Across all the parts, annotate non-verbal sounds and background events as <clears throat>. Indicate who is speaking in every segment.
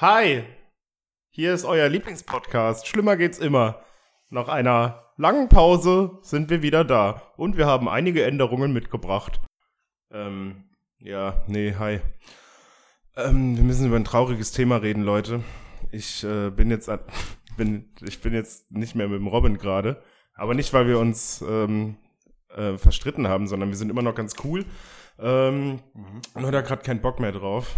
Speaker 1: Hi, hier ist euer Lieblingspodcast. Schlimmer geht's immer. Nach einer langen Pause sind wir wieder da und wir haben einige Änderungen mitgebracht. Ähm, ja, nee, hi. Ähm, wir müssen über ein trauriges Thema reden, Leute. Ich äh, bin jetzt an, <laughs> bin, ich bin jetzt nicht mehr mit dem Robin gerade, aber nicht weil wir uns ähm, äh, verstritten haben, sondern wir sind immer noch ganz cool. Ähm, Nur hat er gerade keinen Bock mehr drauf.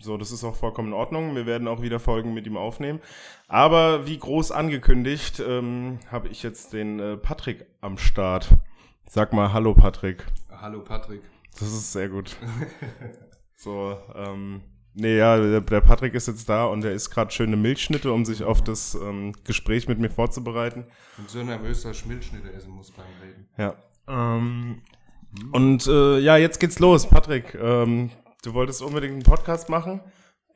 Speaker 1: So, das ist auch vollkommen in Ordnung. Wir werden auch wieder Folgen mit ihm aufnehmen. Aber wie groß angekündigt, ähm, habe ich jetzt den äh, Patrick am Start. Sag mal Hallo, Patrick.
Speaker 2: Hallo Patrick.
Speaker 1: Das ist sehr gut. so, ähm, nee, ja, der, der Patrick ist jetzt da und er isst gerade schöne Milchschnitte, um sich auf das ähm, Gespräch mit mir vorzubereiten.
Speaker 2: Und so nervös, dass ich Milchschnitte essen muss beim Reden.
Speaker 1: Ja. Ähm, und äh, ja, jetzt geht's los. Patrick, ähm, du wolltest unbedingt einen Podcast machen.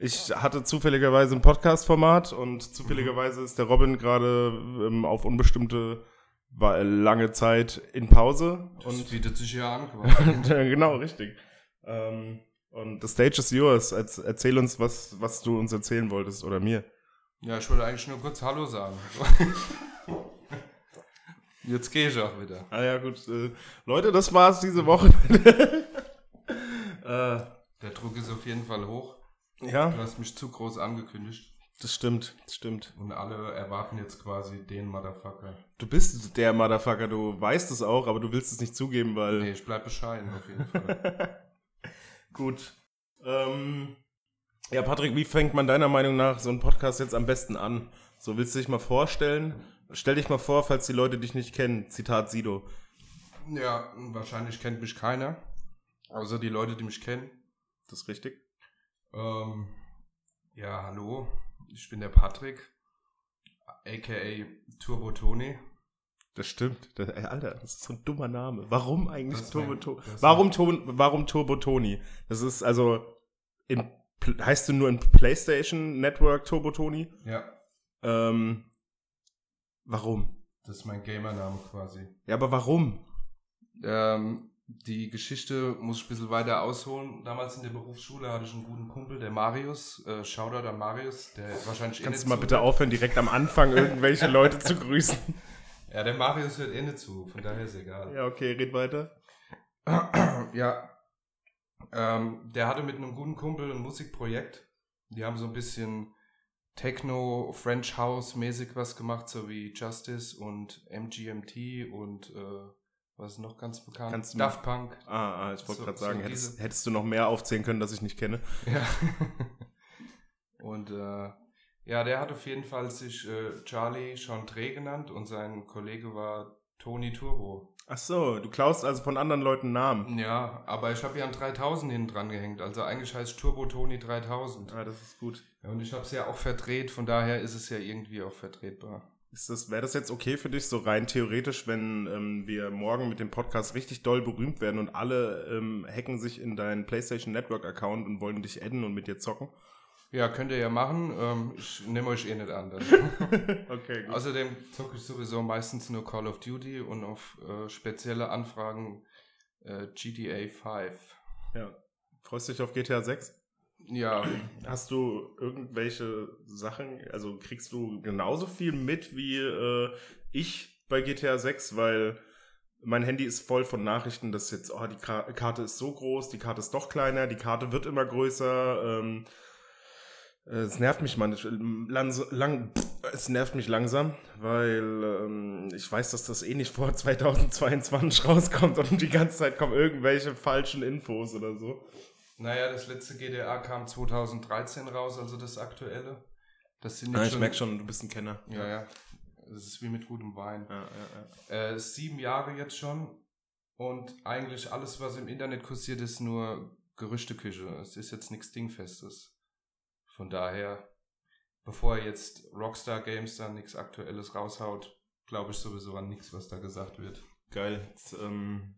Speaker 1: Ich hatte zufälligerweise ein Podcast-Format und zufälligerweise ist der Robin gerade ähm, auf unbestimmte wa- lange Zeit in Pause. Und <laughs>
Speaker 2: Und bietet sich ja an quasi.
Speaker 1: Ja, <laughs> genau, richtig. Ähm, und the stage is yours. Erz- Erzähl uns, was, was du uns erzählen wolltest oder mir.
Speaker 2: ja, ich wollte eigentlich nur kurz Hallo sagen. Jetzt gehe ich auch wieder.
Speaker 1: Ah ja, gut. Äh, Leute, das war's diese Woche. <laughs> äh,
Speaker 2: Der Druck ist auf jeden Fall hoch. Du
Speaker 1: ja,
Speaker 2: hast mich zu groß angekündigt.
Speaker 1: das stimmt, das stimmt.
Speaker 2: Und alle erwarten jetzt quasi den Motherfucker.
Speaker 1: Du bist der Motherfucker, du weißt es auch, aber du willst es nicht zugeben, weil...
Speaker 2: Nee, ich bleib bescheiden auf jeden Fall.
Speaker 1: Gut. Ähm, ja, Patrick, wie fängt man deiner Meinung nach so einen Podcast jetzt am besten an? So, willst du dich mal vorstellen? Stell dich mal vor, falls die Leute dich nicht kennen. Zitat Sido.
Speaker 2: ja, wahrscheinlich kennt mich keiner. Außer die Leute, die mich kennen.
Speaker 1: Das ist richtig?
Speaker 2: Ähm, ja, hallo. Ich bin der Patrick. A.k.a. Turbo Tony.
Speaker 1: Das stimmt. Das, ey, Alter, das ist so ein dummer Name. Warum eigentlich
Speaker 2: Das
Speaker 1: Turbo
Speaker 2: mein-
Speaker 1: Toni?
Speaker 2: das
Speaker 1: Warum, Ton- warum Turbo Toni? Das ist also im, Pl- heißt du nur im PlayStation Network Turbo Toni?
Speaker 2: Ja,
Speaker 1: Ähm, warum?
Speaker 2: Das ist mein Gamername quasi.
Speaker 1: Ja, aber warum?
Speaker 2: Ähm, die Geschichte muss ich ein bisschen weiter ausholen. Damals in der Berufsschule hatte ich einen guten Kumpel, der Marius. Äh, Shoutout an Marius, der wahrscheinlich eh
Speaker 1: Kannst du
Speaker 2: nicht
Speaker 1: mal bitte
Speaker 2: zuhört.
Speaker 1: aufhören, direkt am Anfang irgendwelche <laughs> Leute zu grüßen?
Speaker 2: Ja, der Marius hört eh nicht zu, von daher ist egal.
Speaker 1: Ja, okay, red weiter.
Speaker 2: Ja. Ähm, der hatte mit einem guten Kumpel ein Musikprojekt. Die haben so ein bisschen Techno, French House mäßig was gemacht, so wie Justice und MGMT und äh, was ist noch ganz bekannt?
Speaker 1: Kannst du-
Speaker 2: Daft Punk.
Speaker 1: Ah, ah ich wollte
Speaker 2: So-
Speaker 1: gerade
Speaker 2: so
Speaker 1: sagen,
Speaker 2: diese-
Speaker 1: hättest, hättest du noch mehr aufzählen können, dass ich nicht kenne.
Speaker 2: Ja. <laughs> Und äh, ja, der hat auf jeden Fall sich äh, Charlie Chantre genannt und sein Kollege war Tony Turbo.
Speaker 1: Ach so, du klaust also von anderen Leuten Namen.
Speaker 2: Ja, aber ich habe ja einen 3000 hinten dran gehängt. Also eigentlich heißt Turbo Tony 3000.
Speaker 1: Ah, das ist gut.
Speaker 2: Ja, Und ich habe es ja auch verdreht, von daher ist es ja irgendwie auch vertretbar.
Speaker 1: Ist das, wäre das jetzt okay für dich, so rein theoretisch, wenn ähm, wir morgen mit dem Podcast richtig doll berühmt werden und alle ähm, hacken sich in deinen PlayStation Network-Account und wollen dich adden und mit dir zocken?
Speaker 2: Ja, könnt ihr ja machen. Ähm, ich nehme euch eh nicht an. dann.
Speaker 1: Okay, gut.
Speaker 2: Außerdem zocke ich sowieso meistens nur Call of Duty und auf äh, spezielle Anfragen äh, GTA 5.
Speaker 1: ja. Freust du dich auf GTA 6?
Speaker 2: Ja,
Speaker 1: Hast du irgendwelche Sachen, also kriegst du genauso viel mit wie äh, ich bei GTA 6, weil mein Handy ist voll von Nachrichten, dass jetzt, oh, die Ka Karte ist so groß, die Karte ist doch kleiner, die Karte wird immer größer. Ähm, äh, es nervt mich man, lang, lang, es nervt mich langsam, weil ähm, ich weiß, dass das eh nicht vor <laughs> 2022 rauskommt und die ganze Zeit kommen irgendwelche falschen Infos oder so.
Speaker 2: Naja, das letzte GDA kam 2013 raus, also das aktuelle. Das sind
Speaker 1: Ja,
Speaker 2: jetzt
Speaker 1: Ah, ich merk schon, du bist ein Kenner.
Speaker 2: Ja, ja. Es ist wie mit gutem Wein.
Speaker 1: Ja, ja, ja.
Speaker 2: Äh, sieben Jahre jetzt schon. Und eigentlich alles, was im Internet kursiert, ist nur Gerüchteküche. Es ist jetzt nichts Dingfestes. Von daher, bevor jetzt Rockstar Games da nichts Aktuelles raushaut, glaube ich sowieso an nichts, was da gesagt wird.
Speaker 1: Geil. Jetzt, ähm,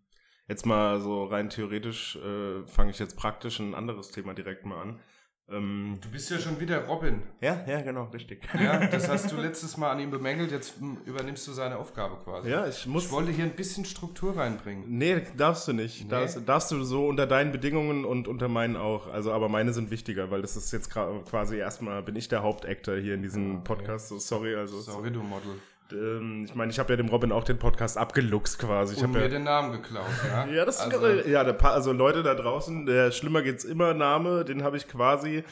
Speaker 1: jetzt mal so rein theoretisch äh, fange ich jetzt praktisch ein anderes Thema direkt mal an. Ähm,
Speaker 2: Du bist ja schon wieder Robin.
Speaker 1: ja, ja, genau,
Speaker 2: <laughs>
Speaker 1: richtig.
Speaker 2: Ja,
Speaker 1: <laughs>
Speaker 2: das hast du letztes Mal an ihm bemängelt, jetzt hm, übernimmst du seine Aufgabe quasi.
Speaker 1: Ja, ich muss.
Speaker 2: Ich wollte hier ein bisschen Struktur reinbringen.
Speaker 1: Nee, darfst du nicht.
Speaker 2: Nee.
Speaker 1: Darfst, darfst du so unter deinen Bedingungen und unter meinen auch. Also, aber meine sind wichtiger, weil das ist jetzt gra- quasi erstmal, bin ich der Hauptactor hier in diesem
Speaker 2: Ah, Okay.
Speaker 1: Podcast. So, sorry, also.
Speaker 2: Sorry, du Model.
Speaker 1: Ähm, ich meine, ich habe ja dem Robin auch den Podcast abgeluchst quasi. Ich
Speaker 2: Und
Speaker 1: hab
Speaker 2: mir
Speaker 1: ja,
Speaker 2: den Namen geklaut,
Speaker 1: <laughs>
Speaker 2: ja?
Speaker 1: ja, das
Speaker 2: also,
Speaker 1: ist, ja, der pa also Leute da draußen, der Schlimmer geht's immer Name, den habe ich quasi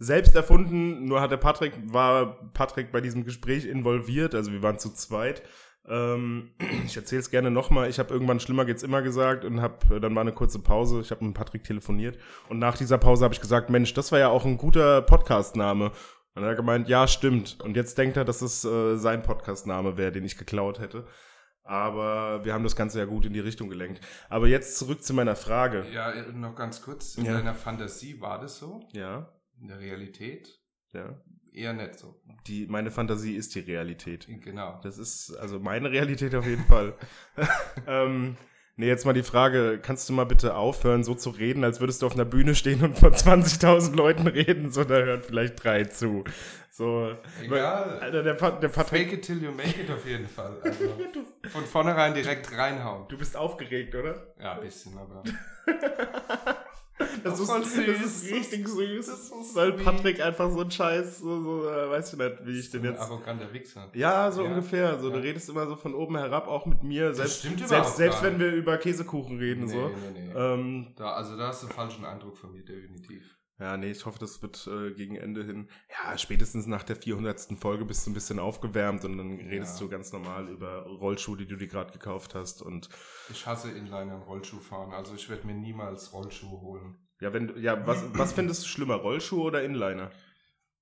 Speaker 1: selbst erfunden, nur hatte Patrick, war Patrick bei diesem Gespräch involviert, also wir waren zu zweit. Ähm, <clears throat> ich erzähle es gerne nochmal. Ich habe irgendwann Schlimmer geht's immer gesagt und hab, äh, dann war eine kurze Pause. Ich habe mit Patrick telefoniert und nach dieser Pause habe ich gesagt, Mensch, das war ja auch ein guter Podcast-Name. Und er hat gemeint, ja, stimmt. Und jetzt denkt er, dass es äh, sein Podcast-Name wäre, den ich geklaut hätte. Aber wir haben das Ganze ja gut in die Richtung gelenkt. Aber jetzt zurück zu meiner Frage.
Speaker 2: Ja, noch ganz kurz. In
Speaker 1: Ja.
Speaker 2: deiner Fantasie war das so?
Speaker 1: Ja,
Speaker 2: In der Realität?
Speaker 1: ja.
Speaker 2: Eher nicht so.
Speaker 1: Die, meine Fantasie ist die Realität.
Speaker 2: Genau.
Speaker 1: Das ist also meine Realität auf jeden Fall. <laughs> ähm, nee, jetzt mal die Frage, kannst du mal bitte aufhören, so zu reden, als würdest du auf einer Bühne stehen und vor 20.000 Leuten reden, so da hören vielleicht drei zu. So,
Speaker 2: Egal.
Speaker 1: Alter, der, Pat- der Patrick,
Speaker 2: Fake it till you make it auf jeden Fall.
Speaker 1: <laughs>
Speaker 2: Also, von vornherein direkt reinhauen.
Speaker 1: du bist aufgeregt, oder?
Speaker 2: Ja, ein bisschen, aber.
Speaker 1: <laughs> Das,
Speaker 2: Das
Speaker 1: ist,
Speaker 2: voll
Speaker 1: das
Speaker 2: süß.
Speaker 1: ist richtig süß,
Speaker 2: Das ist so
Speaker 1: weil
Speaker 2: sweet.
Speaker 1: Patrick einfach so ein Scheiß, so, so äh, weiß ich nicht, wie ich den
Speaker 2: Ein
Speaker 1: jetzt...
Speaker 2: arroganter Wichser.
Speaker 1: Ja, so
Speaker 2: Ja.
Speaker 1: ungefähr. So,
Speaker 2: Ja.
Speaker 1: du redest immer so von oben herab, auch mit mir. Selbst,
Speaker 2: stimmt
Speaker 1: selbst,
Speaker 2: überhaupt
Speaker 1: selbst
Speaker 2: gar
Speaker 1: wenn wir über Käsekuchen reden, so.
Speaker 2: Nee, nee, nee.
Speaker 1: Ähm,
Speaker 2: Da, also da hast du einen falschen Eindruck von mir, definitiv.
Speaker 1: ja, nee, ich hoffe, das wird äh, gegen Ende hin. Ja, spätestens nach der 400. Folge bist du ein bisschen aufgewärmt und dann redest
Speaker 2: Ja.
Speaker 1: du ganz normal über Rollschuhe, die du dir gerade gekauft hast. Und
Speaker 2: Ich hasse Inliner und Rollschuh fahren, also ich werde mir niemals Rollschuhe holen.
Speaker 1: ja, wenn du- ja,
Speaker 2: <clears throat>
Speaker 1: was, was findest du schlimmer, Rollschuhe oder Inliner?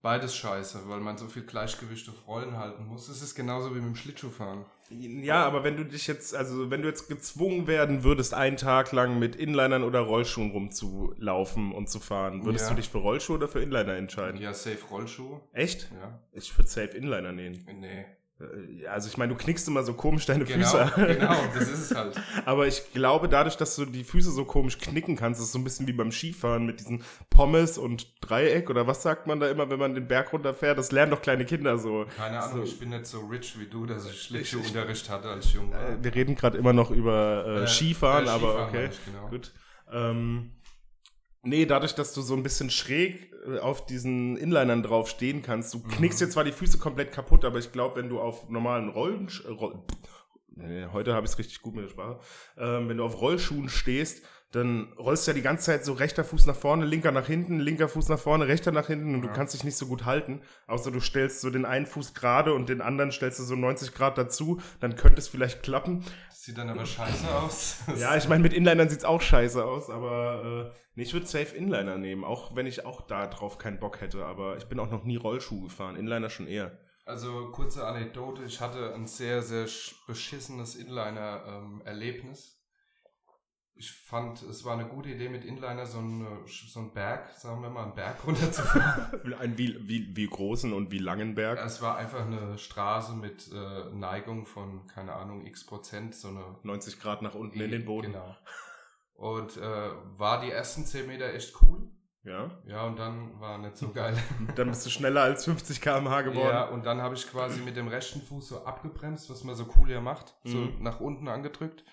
Speaker 2: Beides scheiße, weil man so viel Gleichgewicht auf Rollen halten muss. Es ist genauso wie mit dem Schlittschuhfahren.
Speaker 1: Ja, aber wenn du dich jetzt, also wenn du jetzt gezwungen werden würdest, einen Tag lang mit Inlinern oder Rollschuhen rumzulaufen und zu fahren, würdest
Speaker 2: Ja.
Speaker 1: du dich für Rollschuhe oder für Inliner entscheiden?
Speaker 2: Ja, safe Rollschuh.
Speaker 1: Echt?
Speaker 2: Ja,
Speaker 1: Ich würde safe Inliner nähen.
Speaker 2: nee.
Speaker 1: Äh, Also ich meine, du knickst immer so komisch deine
Speaker 2: Genau,
Speaker 1: Füße.
Speaker 2: genau, das ist es halt.
Speaker 1: Aber ich glaube, dadurch, dass du die Füße so komisch knicken kannst, ist so ein bisschen wie beim Skifahren mit diesen Pommes und Dreieck oder was sagt man da immer, wenn man den Berg runterfährt? Das lernen doch kleine Kinder so. <laughs>
Speaker 2: Keine Ahnung,
Speaker 1: So.
Speaker 2: ich bin nicht so rich wie du, dass ich Schlittschuhunterricht hatte als Junge.
Speaker 1: Äh, Wir reden gerade immer noch über äh,
Speaker 2: Äh,
Speaker 1: Skifahren,
Speaker 2: äh,
Speaker 1: aber
Speaker 2: Skifahren
Speaker 1: okay.
Speaker 2: meine ich, genau.
Speaker 1: Gut. Ähm, nee, dadurch, dass du so ein bisschen schräg äh, auf diesen Inlinern drauf stehen kannst, du knickst dir zwar die Füße komplett kaputt, aber ich glaube, wenn du auf normalen Rollen. äh, Roll, nee, heute habe ich es richtig gut mit der Sprache. Ähm, wenn du auf Rollschuhen stehst, dann rollst du ja die ganze Zeit so rechter Fuß nach vorne, linker nach hinten, linker Fuß nach vorne, rechter nach hinten und du
Speaker 2: Ja.
Speaker 1: kannst dich nicht so gut halten. Außer du stellst so den einen Fuß gerade und den anderen stellst du so 90 Grad dazu, dann könnte es vielleicht klappen.
Speaker 2: Sieht dann aber scheiße aus.
Speaker 1: <laughs> Ja, ich meine, mit Inlinern sieht's auch scheiße aus, aber äh, nee, ich würde safe Inliner nehmen, auch wenn ich auch da drauf keinen Bock hätte, aber ich bin auch noch nie Rollschuh gefahren, Inliner schon eher.
Speaker 2: Also kurze Anekdote, ich hatte ein sehr, sehr sch- beschissenes Inliner-Erlebnis. ich fand, es war eine gute Idee, mit Inliner so einen, so einen Berg, sagen wir mal, einen Berg <laughs> runterzufahren.
Speaker 1: Ein wie, wie, wie großen und wie langen Berg?
Speaker 2: es war einfach eine Straße mit äh, Neigung von, keine Ahnung, x Prozent, so eine
Speaker 1: 90 Grad nach unten in den Boden. <laughs>
Speaker 2: Genau. Und äh, war die ersten 10 Meter echt cool.
Speaker 1: Ja.
Speaker 2: Ja, und dann war nicht so geil.
Speaker 1: Dann bist du schneller als 50 km/h <laughs> geworden.
Speaker 2: Ja, und dann habe ich quasi mit dem rechten Fuß so abgebremst, was man so cool ja macht, so
Speaker 1: Mhm.
Speaker 2: nach unten angedrückt.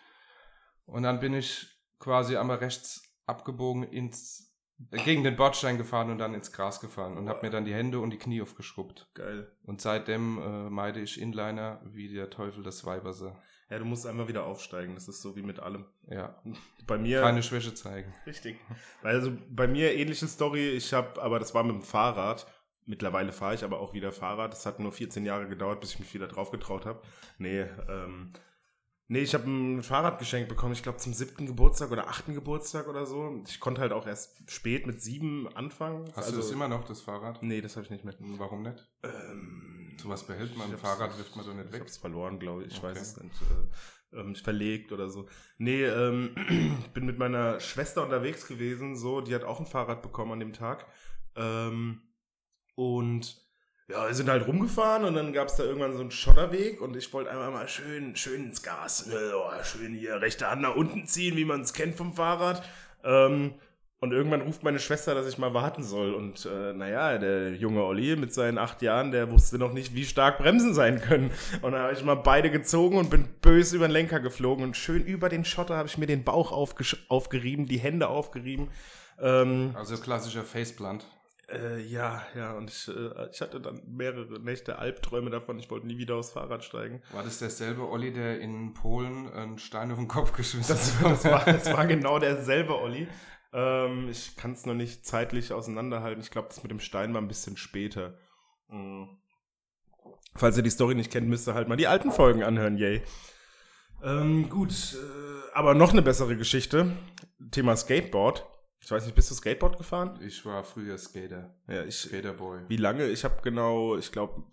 Speaker 2: Und dann bin ich quasi einmal rechts abgebogen ins äh, gegen den Bordstein gefahren und dann ins Gras gefahren und habe mir dann die Hände und die Knie aufgeschrubbt.
Speaker 1: Geil.
Speaker 2: Und seitdem äh, meide ich Inliner wie der Teufel das Weibersee.
Speaker 1: Ja, du musst einmal wieder aufsteigen, das ist so wie mit allem.
Speaker 2: Ja,
Speaker 1: Bei mir
Speaker 2: keine Schwäche zeigen.
Speaker 1: Richtig. Also bei mir ähnliche Story. Ich habe, aber das war mit dem Fahrrad. Mittlerweile fahre ich aber auch wieder Fahrrad. Das hat nur 14 Jahre gedauert, bis ich mich wieder drauf getraut habe. Nee, ähm, nee, ich habe ein Fahrrad geschenkt bekommen. Ich glaube zum siebten Geburtstag oder achten Geburtstag oder so. Ich konnte halt auch erst spät mit sieben anfangen. Also
Speaker 2: Hast du das immer noch, das Fahrrad?
Speaker 1: Nee, das habe ich nicht mehr.
Speaker 2: Warum nicht?
Speaker 1: Ähm,
Speaker 2: Sowas behält man, ein
Speaker 1: ich hab's-
Speaker 2: Fahrrad wirft man doch nicht
Speaker 1: Ich
Speaker 2: weg.
Speaker 1: hab's verloren, glaube ich. Ich weiß
Speaker 2: Okay.
Speaker 1: es nicht. Äh, ähm, ich verlegt oder so. Nee, ähm, <clears throat> ich bin mit meiner Schwester unterwegs gewesen, so, die hat auch ein Fahrrad bekommen an dem Tag. Ähm, und ja, wir sind halt rumgefahren und dann gab's da irgendwann so einen Schotterweg und ich wollte einmal mal schön, schön ins Gas, ne, oh, schön hier rechte Hand nach unten ziehen, wie man es kennt vom Fahrrad. Ähm, Und irgendwann ruft meine Schwester, dass ich mal warten soll. Und äh, naja, der junge Olli mit seinen acht Jahren, der wusste noch nicht, wie stark Bremsen sein können. Und dann habe ich mal beide gezogen und bin böse über den Lenker geflogen. Und schön über den Schotter habe ich mir den Bauch aufgesch- aufgerieben, die Hände aufgerieben. Ähm,
Speaker 2: Also klassischer Faceplant.
Speaker 1: äh, ja, ja, und ich, äh, ich hatte dann mehrere Nächte Albträume davon. Ich wollte nie wieder aufs Fahrrad steigen.
Speaker 2: War das derselbe Olli, der in Polen einen Stein auf den Kopf
Speaker 1: <laughs>
Speaker 2: geschmissen
Speaker 1: Das, das, war, das war genau derselbe Olli. Ähm, ich kann es noch nicht zeitlich auseinanderhalten. Ich glaube, das mit dem Stein war ein bisschen später. Mhm. Falls ihr die Story nicht kennt, müsst ihr halt mal die alten Folgen anhören, yay. Ähm, gut, äh, aber noch eine bessere Geschichte. Thema Skateboard. Ich weiß nicht, bist du Skateboard gefahren?
Speaker 2: <laughs> Ich war früher Skater.
Speaker 1: Ja, ich,
Speaker 2: Skaterboy.
Speaker 1: Wie lange? Ich habe genau, ich glaube,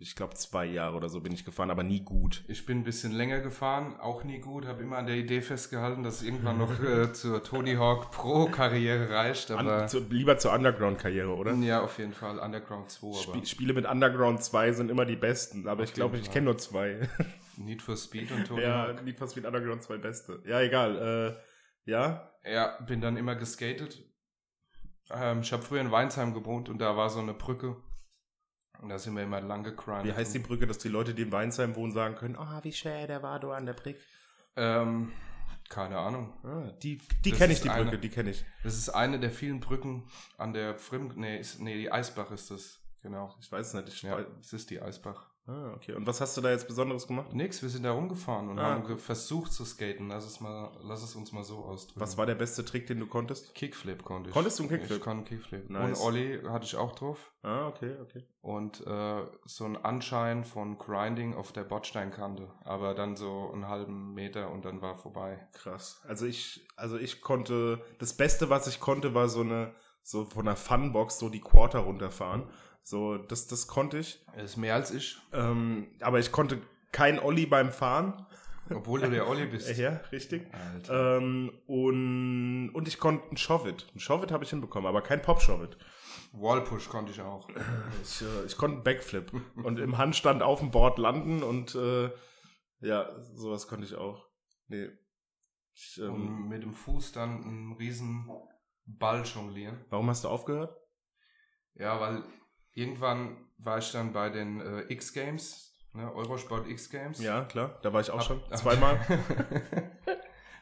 Speaker 1: ich glaube zwei Jahre oder so bin ich gefahren, aber nie gut.
Speaker 2: Ich bin ein bisschen länger gefahren, auch nie gut, habe immer an der Idee festgehalten, dass es irgendwann
Speaker 1: <laughs>
Speaker 2: noch äh, zur Tony Hawk Pro Karriere reicht, aber
Speaker 1: An, zu, lieber zur Underground-Karriere, oder?
Speaker 2: ja, auf jeden Fall Underground 2, aber
Speaker 1: Spie Spiele mit Underground 2 sind immer die besten, aber ich
Speaker 2: jeden
Speaker 1: glaube, ich
Speaker 2: Fall.
Speaker 1: kenne nur zwei.
Speaker 2: Need for Speed und
Speaker 1: <laughs>
Speaker 2: Tony
Speaker 1: ja,
Speaker 2: Hawk.
Speaker 1: Need for Speed Underground 2 beste. Ja, egal. Äh, ja,
Speaker 2: Ja, bin dann immer geskatet. Ähm, ich habe früher in Weinsheim gewohnt und da war so eine Brücke und da sind wir immer lang gegrindet.
Speaker 1: wie heißt die Brücke, dass die Leute, die in Weinsheim wohnen, sagen können, ah, wie schön, der war du an der Brücke.
Speaker 2: Ähm, keine Ahnung.
Speaker 1: Ah, die die
Speaker 2: Das
Speaker 1: kenne ich,
Speaker 2: ist
Speaker 1: die
Speaker 2: eine.
Speaker 1: Brücke, die kenne ich.
Speaker 2: Das ist eine der vielen Brücken an der Frim... Nee, ist, nee die Eisbach ist das. Genau.
Speaker 1: Ich weiß es nicht. Ich
Speaker 2: Ja,
Speaker 1: weiß,
Speaker 2: es ist die Eisbach.
Speaker 1: ah, okay. Und was hast du da jetzt Besonderes gemacht?
Speaker 2: Nix, wir sind da rumgefahren und
Speaker 1: Ah.
Speaker 2: haben ge- versucht zu skaten. Lass es, mal, lass es uns mal so ausdrücken.
Speaker 1: Was war der beste Trick, den du konntest?
Speaker 2: Kickflip konnte ich.
Speaker 1: Konntest du einen Kickflip?
Speaker 2: Ich konnte einen Kickflip.
Speaker 1: Nice.
Speaker 2: Und Olli hatte ich auch drauf.
Speaker 1: Ah, okay, okay.
Speaker 2: Und äh, so ein Anschein von Grinding auf der Bordsteinkante. Aber dann so einen halben Meter und dann war vorbei.
Speaker 1: Krass. Also ich, also ich konnte, das Beste, was ich konnte, war so eine, so von einer Funbox so die Quarter runterfahren. So, das, das konnte ich.
Speaker 2: Das ist mehr als ich,
Speaker 1: Ähm, aber ich konnte kein Olli beim Fahren.
Speaker 2: obwohl du der Olli
Speaker 1: Äh, <laughs>
Speaker 2: bist.
Speaker 1: Ja, richtig.
Speaker 2: Alter.
Speaker 1: Ähm, und, und ich konnte ein Shove-It. Ein Shove-It habe ich hinbekommen, aber kein Pop-Shove-It.
Speaker 2: Wallpush konnte ich auch.
Speaker 1: Ich, äh, ich konnte einen Backflip und im Handstand auf dem Board landen und äh, ja, sowas konnte ich auch. Nee. Ich, ähm,
Speaker 2: Und mit dem Fuß dann einen riesen Ball jonglieren.
Speaker 1: warum hast du aufgehört?
Speaker 2: Ja, weil irgendwann war ich dann bei den äh, X-Games, ne, Eurosport X-Games.
Speaker 1: Ja, klar. Da war ich auch
Speaker 2: Hab- Ah.
Speaker 1: schon. Zweimal.
Speaker 2: <laughs>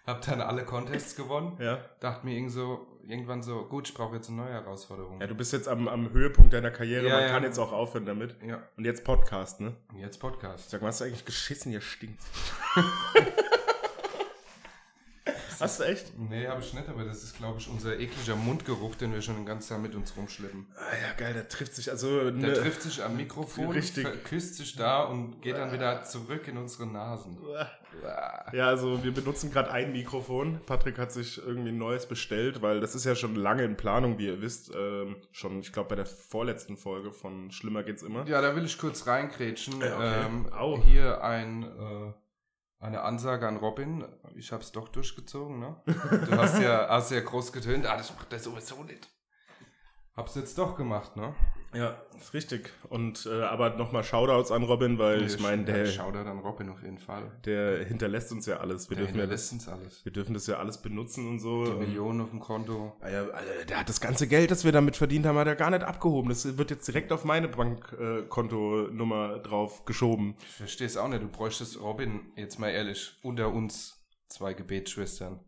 Speaker 2: Hab dann
Speaker 1: <laughs>
Speaker 2: alle Contests gewonnen.
Speaker 1: Ja.
Speaker 2: Dachte mir irgend so, irgendwann so, gut, ich brauche jetzt eine neue Herausforderung.
Speaker 1: Ja, du bist jetzt am, am Höhepunkt deiner Karriere,
Speaker 2: Ja,
Speaker 1: man
Speaker 2: ja.
Speaker 1: kann jetzt auch aufhören damit.
Speaker 2: Ja,
Speaker 1: Und jetzt Podcast, ne?
Speaker 2: und jetzt Podcast.
Speaker 1: Sag mal, hast du eigentlich geschissen, ihr
Speaker 2: <laughs>
Speaker 1: stinkt. hast du echt?
Speaker 2: Nee, habe ich nicht, aber das ist, glaube ich, unser ekliger Mundgeruch, den wir schon den ganzen Tag mit uns rumschleppen.
Speaker 1: Ah ja, geil, der trifft sich. Also,
Speaker 2: Der
Speaker 1: ne,
Speaker 2: trifft sich am Mikrofon,
Speaker 1: Richtig.
Speaker 2: ver- küsst sich da und geht dann wieder zurück in unsere Nasen.
Speaker 1: <laughs> Ja, also wir benutzen gerade ein Mikrofon. Patrick hat sich irgendwie ein neues bestellt, weil das ist ja schon lange in Planung, wie ihr wisst. Ähm, schon, ich glaube, bei der vorletzten Folge von Schlimmer geht's immer.
Speaker 2: Ja, da will ich kurz reingrätschen.
Speaker 1: Ja, okay.
Speaker 2: ähm,
Speaker 1: Au.
Speaker 2: Hier ein, äh, eine Ansage an Robin. Ich hab's doch durchgezogen, ne? Du hast
Speaker 1: <laughs>
Speaker 2: ja, hast ja groß getönt. Ah, das macht er sowieso nicht. Hab's jetzt doch gemacht, ne?
Speaker 1: Ja, ist richtig. Und äh, aber nochmal Shoutouts an Robin, weil ich meine, der,
Speaker 2: Schau da dann Robin auf jeden Fall.
Speaker 1: der hinterlässt uns ja alles. Wir
Speaker 2: Der
Speaker 1: dürfen ja
Speaker 2: hinterlässt uns alles.
Speaker 1: Wir dürfen das ja alles benutzen und so.
Speaker 2: Die Millionen auf dem Konto.
Speaker 1: Ah ja, Alter, der hat das ganze Geld, das wir damit verdient haben, hat er gar nicht abgehoben. Das wird jetzt direkt auf meine Bankkontonummer drauf geschoben.
Speaker 2: Ich verstehe es auch nicht. Du bräuchtest Robin, jetzt mal ehrlich, unter uns zwei Gebetsschwestern.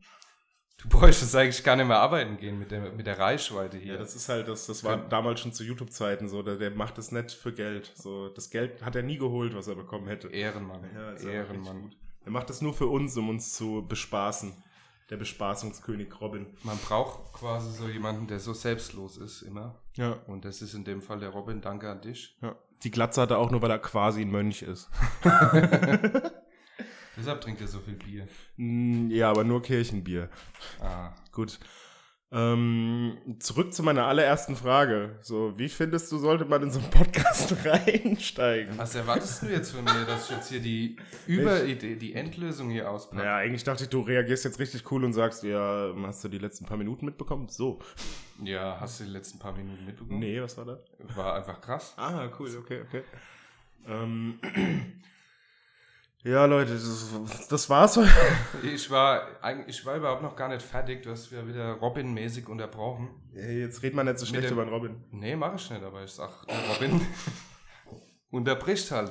Speaker 2: Du bräuchtest eigentlich gar nicht mehr arbeiten gehen mit der, mit der Reichweite hier.
Speaker 1: Ja, das ist halt, das, das war damals schon zu YouTube-Zeiten so. Der, der macht das nicht für Geld. So, das Geld hat er nie geholt, was er bekommen hätte.
Speaker 2: Ehrenmann.
Speaker 1: Ja, ist aber
Speaker 2: Ehrenmann.
Speaker 1: richtig Er macht das nur für uns, um uns zu bespaßen. Der Bespaßungskönig Robin.
Speaker 2: Man braucht quasi so jemanden, der so selbstlos ist immer.
Speaker 1: Ja.
Speaker 2: Und das ist in dem Fall der Robin. Danke an dich.
Speaker 1: ja. Die Glatze hat er auch nur, weil er quasi ein Mönch ist.
Speaker 2: Deshalb trinkt er so viel Bier.
Speaker 1: Mm, ja, aber nur Kirchenbier.
Speaker 2: Ah,
Speaker 1: Gut. Ähm, zurück zu meiner allerersten Frage. So, wie findest du, sollte man in so einen Podcast <laughs> reinsteigen?
Speaker 2: was erwartest du jetzt
Speaker 1: <laughs>
Speaker 2: von mir, dass ich jetzt hier die Überidee, die Endlösung hier auspacke?
Speaker 1: Naja, eigentlich dachte ich, du reagierst jetzt richtig cool und sagst, ja, hast du die letzten paar Minuten mitbekommen? So.
Speaker 2: Ja, hast du die letzten paar Minuten mitbekommen?
Speaker 1: Nee, was war das?
Speaker 2: War einfach krass.
Speaker 1: Ah, cool, okay, okay. Ähm, <clears throat> Ja, Leute, das, das war's. <laughs>
Speaker 2: Ich war, eigentlich- ich war überhaupt noch gar nicht fertig, du hast wieder, wieder Robin-mäßig unterbrochen.
Speaker 1: Ey, Jetzt redet man nicht so
Speaker 2: Mit
Speaker 1: schlecht
Speaker 2: dem-
Speaker 1: über den Robin.
Speaker 2: Nee, mache ich nicht, aber ich sag, der
Speaker 1: <laughs>
Speaker 2: Robin unterbricht halt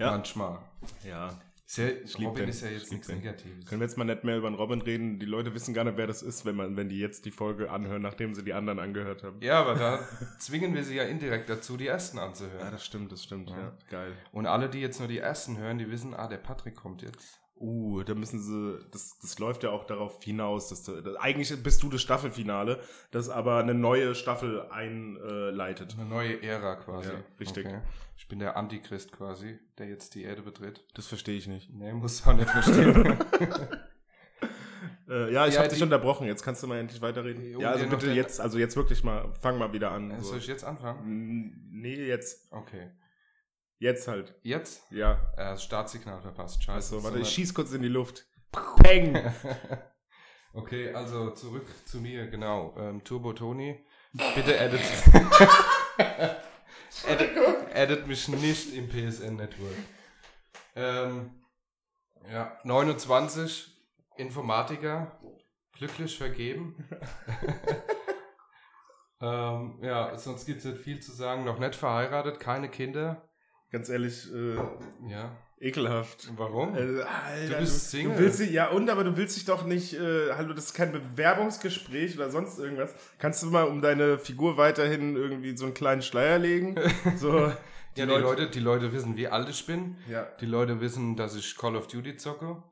Speaker 1: Ja.
Speaker 2: manchmal.
Speaker 1: Ja.
Speaker 2: Ist ja,
Speaker 1: lieb
Speaker 2: Robin
Speaker 1: den.
Speaker 2: ist ja
Speaker 1: Ich
Speaker 2: jetzt
Speaker 1: lieb
Speaker 2: nichts
Speaker 1: den.
Speaker 2: Negatives.
Speaker 1: Können wir jetzt mal nicht mehr über den Robin reden? Die Leute wissen gar nicht, wer das ist, wenn, man, wenn die jetzt die Folge anhören, nachdem sie die anderen angehört haben.
Speaker 2: Ja, aber da zwingen wir sie ja indirekt dazu, die ersten anzuhören.
Speaker 1: das stimmt, das stimmt.
Speaker 2: Ja.
Speaker 1: Geil.
Speaker 2: Und alle, die jetzt nur die ersten hören, die wissen, ah, der Patrick kommt jetzt.
Speaker 1: Uh, da müssen sie, das, das läuft ja auch darauf hinaus, dass du, das, eigentlich bist du das Staffelfinale, das aber eine neue Staffel einleitet.
Speaker 2: Eine neue Ära quasi.
Speaker 1: Ja, richtig.
Speaker 2: Okay. Ich bin der Antichrist quasi, der jetzt die Erde betritt.
Speaker 1: Das verstehe ich nicht.
Speaker 2: Nee, muss auch nicht
Speaker 1: <laughs>
Speaker 2: verstehen.
Speaker 1: Äh, ja, ich
Speaker 2: Ja,
Speaker 1: habe dich
Speaker 2: die-
Speaker 1: unterbrochen, jetzt kannst du mal endlich weiterreden.
Speaker 2: Um
Speaker 1: ja, also
Speaker 2: dir noch
Speaker 1: bitte
Speaker 2: den-
Speaker 1: jetzt, also jetzt wirklich mal, fang mal wieder an. So.
Speaker 2: Soll ich jetzt anfangen?
Speaker 1: Mm, Nee, jetzt,
Speaker 2: Okay.
Speaker 1: jetzt halt,
Speaker 2: Jetzt?
Speaker 1: ja.
Speaker 2: Äh, das Startsignal verpasst. Scheiße.
Speaker 1: Also, warte, ich
Speaker 2: So
Speaker 1: schieß kurz in die Luft. Peng!
Speaker 2: <laughs> weit- okay, also zurück zu mir, genau. Ähm, Turbo Toni, bitte edit. edit, edit mich nicht im PSN Network. Ähm, ja, 29, Informatiker, glücklich vergeben. ähm, ja, sonst gibt es nicht viel zu sagen. Noch nicht verheiratet, keine Kinder.
Speaker 1: Ganz ehrlich, äh,
Speaker 2: Ja,
Speaker 1: ekelhaft.
Speaker 2: warum?
Speaker 1: Äh, Alter,
Speaker 2: Du bist Single.
Speaker 1: Du willst, dich- ja, und aber du willst dich doch nicht, äh, hallo, das ist kein Bewerbungsgespräch oder sonst irgendwas. Kannst du mal um deine Figur weiterhin irgendwie so einen kleinen Schleier <laughs> legen? So,
Speaker 2: ja, die Leute, die Leute wissen, wie alt ich bin.
Speaker 1: Ja.
Speaker 2: Die Leute wissen, dass ich Call of Duty zocke.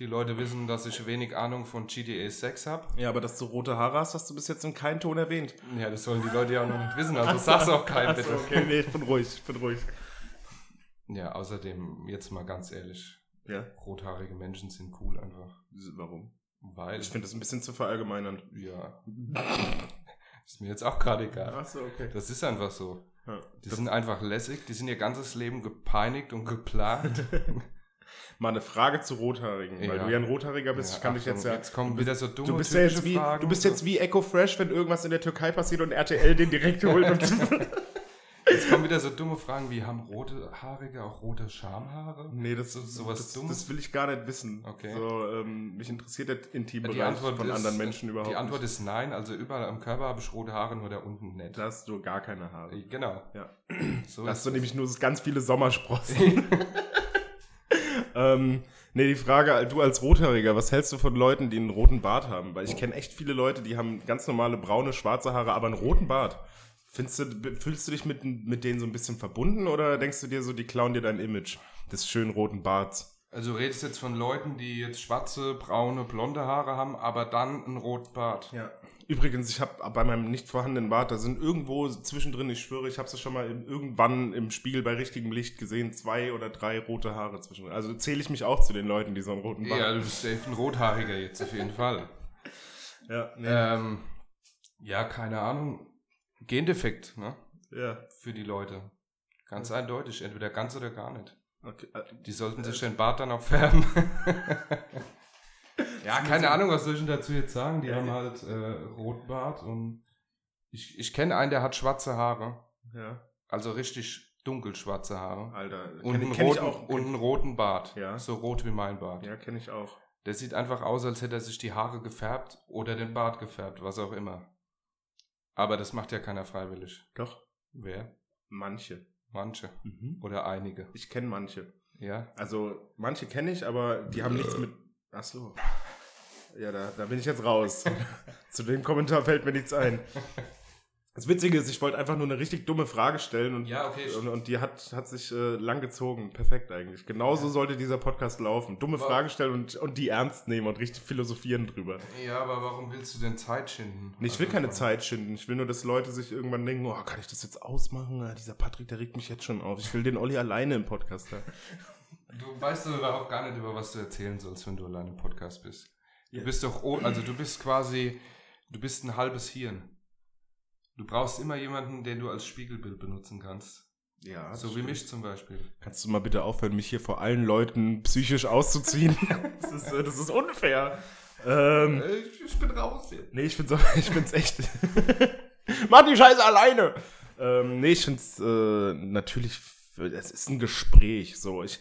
Speaker 2: Die Leute wissen, dass ich wenig Ahnung von GTA 6 habe.
Speaker 1: ja, aber dass du rote Haare hast, hast du bis jetzt in keinem Ton erwähnt.
Speaker 2: Ja, das sollen die Leute ja auch noch nicht wissen, also sag's auch keinem bitte.
Speaker 1: okay, nee, ich bin ruhig, ich bin ruhig.
Speaker 2: Ja, außerdem, jetzt mal ganz ehrlich,
Speaker 1: Ja,
Speaker 2: rothaarige Menschen sind cool einfach.
Speaker 1: warum?
Speaker 2: Weil,
Speaker 1: Ich finde das ein bisschen zu verallgemeinernd.
Speaker 2: ja, ist mir jetzt auch gerade egal.
Speaker 1: so, okay.
Speaker 2: Das ist einfach so.
Speaker 1: Ja.
Speaker 2: Die sind einfach lässig, die sind ihr ganzes Leben gepeinigt
Speaker 1: <laughs>
Speaker 2: und geplant.
Speaker 1: Mal eine Frage zu Rothaarigen, weil
Speaker 2: Ja.
Speaker 1: du ja ein Rothaariger bist. ich kann dich
Speaker 2: Achtung,
Speaker 1: jetzt ja.
Speaker 2: Jetzt kommen wieder so dumme
Speaker 1: Du bist, ja jetzt wie,
Speaker 2: türkische Fragen.
Speaker 1: du bist jetzt wie Echo Fresh, wenn irgendwas in der Türkei passiert und RTL den direkt holt. um
Speaker 2: <laughs>
Speaker 1: zu-
Speaker 2: Jetzt kommen wieder so dumme Fragen wie, haben rote Haarige auch rote Schamhaare?
Speaker 1: nee, das
Speaker 2: ist sowas
Speaker 1: das,
Speaker 2: Dummes.
Speaker 1: Das will ich gar nicht wissen.
Speaker 2: Okay.
Speaker 1: So, ähm, mich interessiert der
Speaker 2: Die
Speaker 1: Intimbereich
Speaker 2: Antwort
Speaker 1: von
Speaker 2: ist,
Speaker 1: anderen Menschen überhaupt
Speaker 2: Die Antwort ist nein, also überall am Körper habe ich rote Haare, nur da unten
Speaker 1: nicht.
Speaker 2: nicht.
Speaker 1: Da hast du gar keine Haare.
Speaker 2: Genau.
Speaker 1: Ja.
Speaker 2: So
Speaker 1: Da hast
Speaker 2: ist
Speaker 1: du
Speaker 2: es.
Speaker 1: nämlich nur ganz viele
Speaker 2: <laughs>
Speaker 1: Sommersprossen. ähm, nee, die Frage, du als Rothaariger, was hältst du von Leuten, die einen roten Bart haben? Weil ich kenne echt viele Leute, die haben ganz normale braune, schwarze Haare, aber einen roten Bart. Findest du, fühlst du dich mit, mit denen so ein bisschen verbunden oder denkst du dir so, die klauen dir dein Image des schönen roten Barts?
Speaker 2: Also redest jetzt von Leuten, die jetzt schwarze, braune, blonde Haare haben, aber dann einen Rotbart.
Speaker 1: Ja. Übrigens, ich habe bei meinem nicht vorhandenen Bart, da sind irgendwo zwischendrin, ich schwöre, ich habe es schon mal im, irgendwann im Spiegel bei richtigem Licht gesehen, zwei oder drei rote Haare zwischendrin. Also zähle ich mich auch zu den Leuten, die so einen roten Bart
Speaker 2: Ja, du bist safe ein Rothaariger jetzt auf jeden Fall.
Speaker 1: <laughs> Ja, nee.
Speaker 2: ähm, ja, keine Ahnung. Gendefekt, ne?
Speaker 1: ja.
Speaker 2: Für die Leute. Ganz eindeutig, entweder ganz oder gar nicht.
Speaker 1: Okay. äh,
Speaker 2: Die sollten sich den Bart dann auch färben. ja, keine Ahnung, was soll ich denn dazu jetzt sagen? Die
Speaker 1: Also- Ja,
Speaker 2: haben
Speaker 1: ja.
Speaker 2: halt äh, Rotbart und ich, ich kenne einen, der hat schwarze Haare.
Speaker 1: Ja.
Speaker 2: Also richtig dunkelschwarze Haare.
Speaker 1: Alter, Ah, kenn
Speaker 2: Und,
Speaker 1: ich-
Speaker 2: einen,
Speaker 1: kenn
Speaker 2: roten,
Speaker 1: ich auch.
Speaker 2: und einen roten Bart.
Speaker 1: Ja.
Speaker 2: So rot wie mein Bart.
Speaker 1: ja, kenne ich auch.
Speaker 2: Der sieht einfach aus, als hätte er sich die Haare gefärbt oder den Bart gefärbt, was auch immer. Aber das macht ja keiner freiwillig.
Speaker 1: Doch,
Speaker 2: Wer?
Speaker 1: manche.
Speaker 2: Manche.
Speaker 1: Mhm.
Speaker 2: Oder einige.
Speaker 1: Ich kenne manche.
Speaker 2: Ja.
Speaker 1: Also, manche kenne ich, aber die haben nichts
Speaker 2: Äh.
Speaker 1: mit. Ach so. Ja, da, da bin ich jetzt
Speaker 2: <laughs>
Speaker 1: raus. Zu dem Kommentar fällt mir nichts ein. Das Witzige ist, ich wollte einfach nur eine richtig dumme Frage stellen und,
Speaker 2: Ja, okay.
Speaker 1: und, und die hat, hat sich äh, lang gezogen. Perfekt eigentlich. Genauso sollte dieser Podcast laufen. Dumme
Speaker 2: Wow.
Speaker 1: Fragen stellen und, und die ernst nehmen und richtig philosophieren drüber.
Speaker 2: Ja, aber warum willst du denn Zeit schinden?
Speaker 1: Nee, ich will
Speaker 2: Also,
Speaker 1: keine
Speaker 2: man-
Speaker 1: Zeit schinden. Ich will nur, dass Leute sich irgendwann denken, oh, kann ich das jetzt ausmachen? Ah, dieser Patrick, der regt mich jetzt schon auf. Ich will den Olli alleine im Podcast haben.
Speaker 2: Du weißt doch überhaupt gar nicht, über was du erzählen sollst, wenn du allein im Podcast bist. Du
Speaker 1: Ja.
Speaker 2: bist doch, oh- also du bist quasi, du bist ein halbes Hirn. Du brauchst immer jemanden, den du als Spiegelbild benutzen kannst.
Speaker 1: Ja,
Speaker 2: so wie mich zum Beispiel.
Speaker 1: Kannst du mal bitte aufhören, mich hier vor allen Leuten psychisch auszuziehen? <laughs> das, ist, äh, das ist unfair. Ähm,
Speaker 2: Äh, Ich, ich bin raus jetzt.
Speaker 1: nee, ich bin so, <laughs> ich bin's echt. Mach die Scheiße alleine! Ähm, nee, ich find's, äh, natürlich es ist ein Gespräch. So, ich,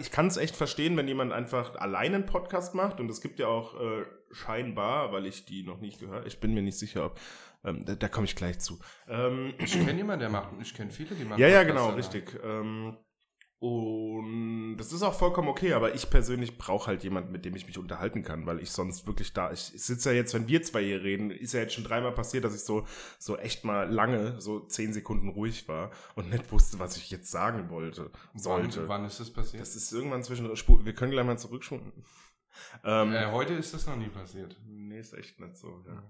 Speaker 1: ich kann es echt verstehen, wenn jemand einfach alleine einen Podcast macht. Und es gibt ja auch äh, scheinbar, weil ich die noch nicht gehört, ich bin mir nicht sicher, ob. Ähm, da da komme ich gleich zu. Ähm,
Speaker 2: Ich kenne jemanden, der macht. Ich kenne viele, die machen.
Speaker 1: ja, ja,
Speaker 2: Podcasts
Speaker 1: genau,
Speaker 2: allein.
Speaker 1: richtig. Ähm, und das ist auch vollkommen okay, aber ich persönlich brauche halt jemanden, mit dem ich mich unterhalten kann, weil ich sonst wirklich da, ich, ich sitze ja jetzt, wenn wir zwei hier reden, ist ja jetzt schon dreimal passiert, dass ich so, so echt mal lange, so zehn Sekunden ruhig war und nicht wusste, was ich jetzt sagen wollte, sollte.
Speaker 2: Wann, wann ist das passiert?
Speaker 1: Das ist irgendwann zwischen, Spur, wir können gleich mal zurückspulen. Ähm,
Speaker 2: äh, heute ist das noch nie passiert.
Speaker 1: nee, ist echt nicht so, ja.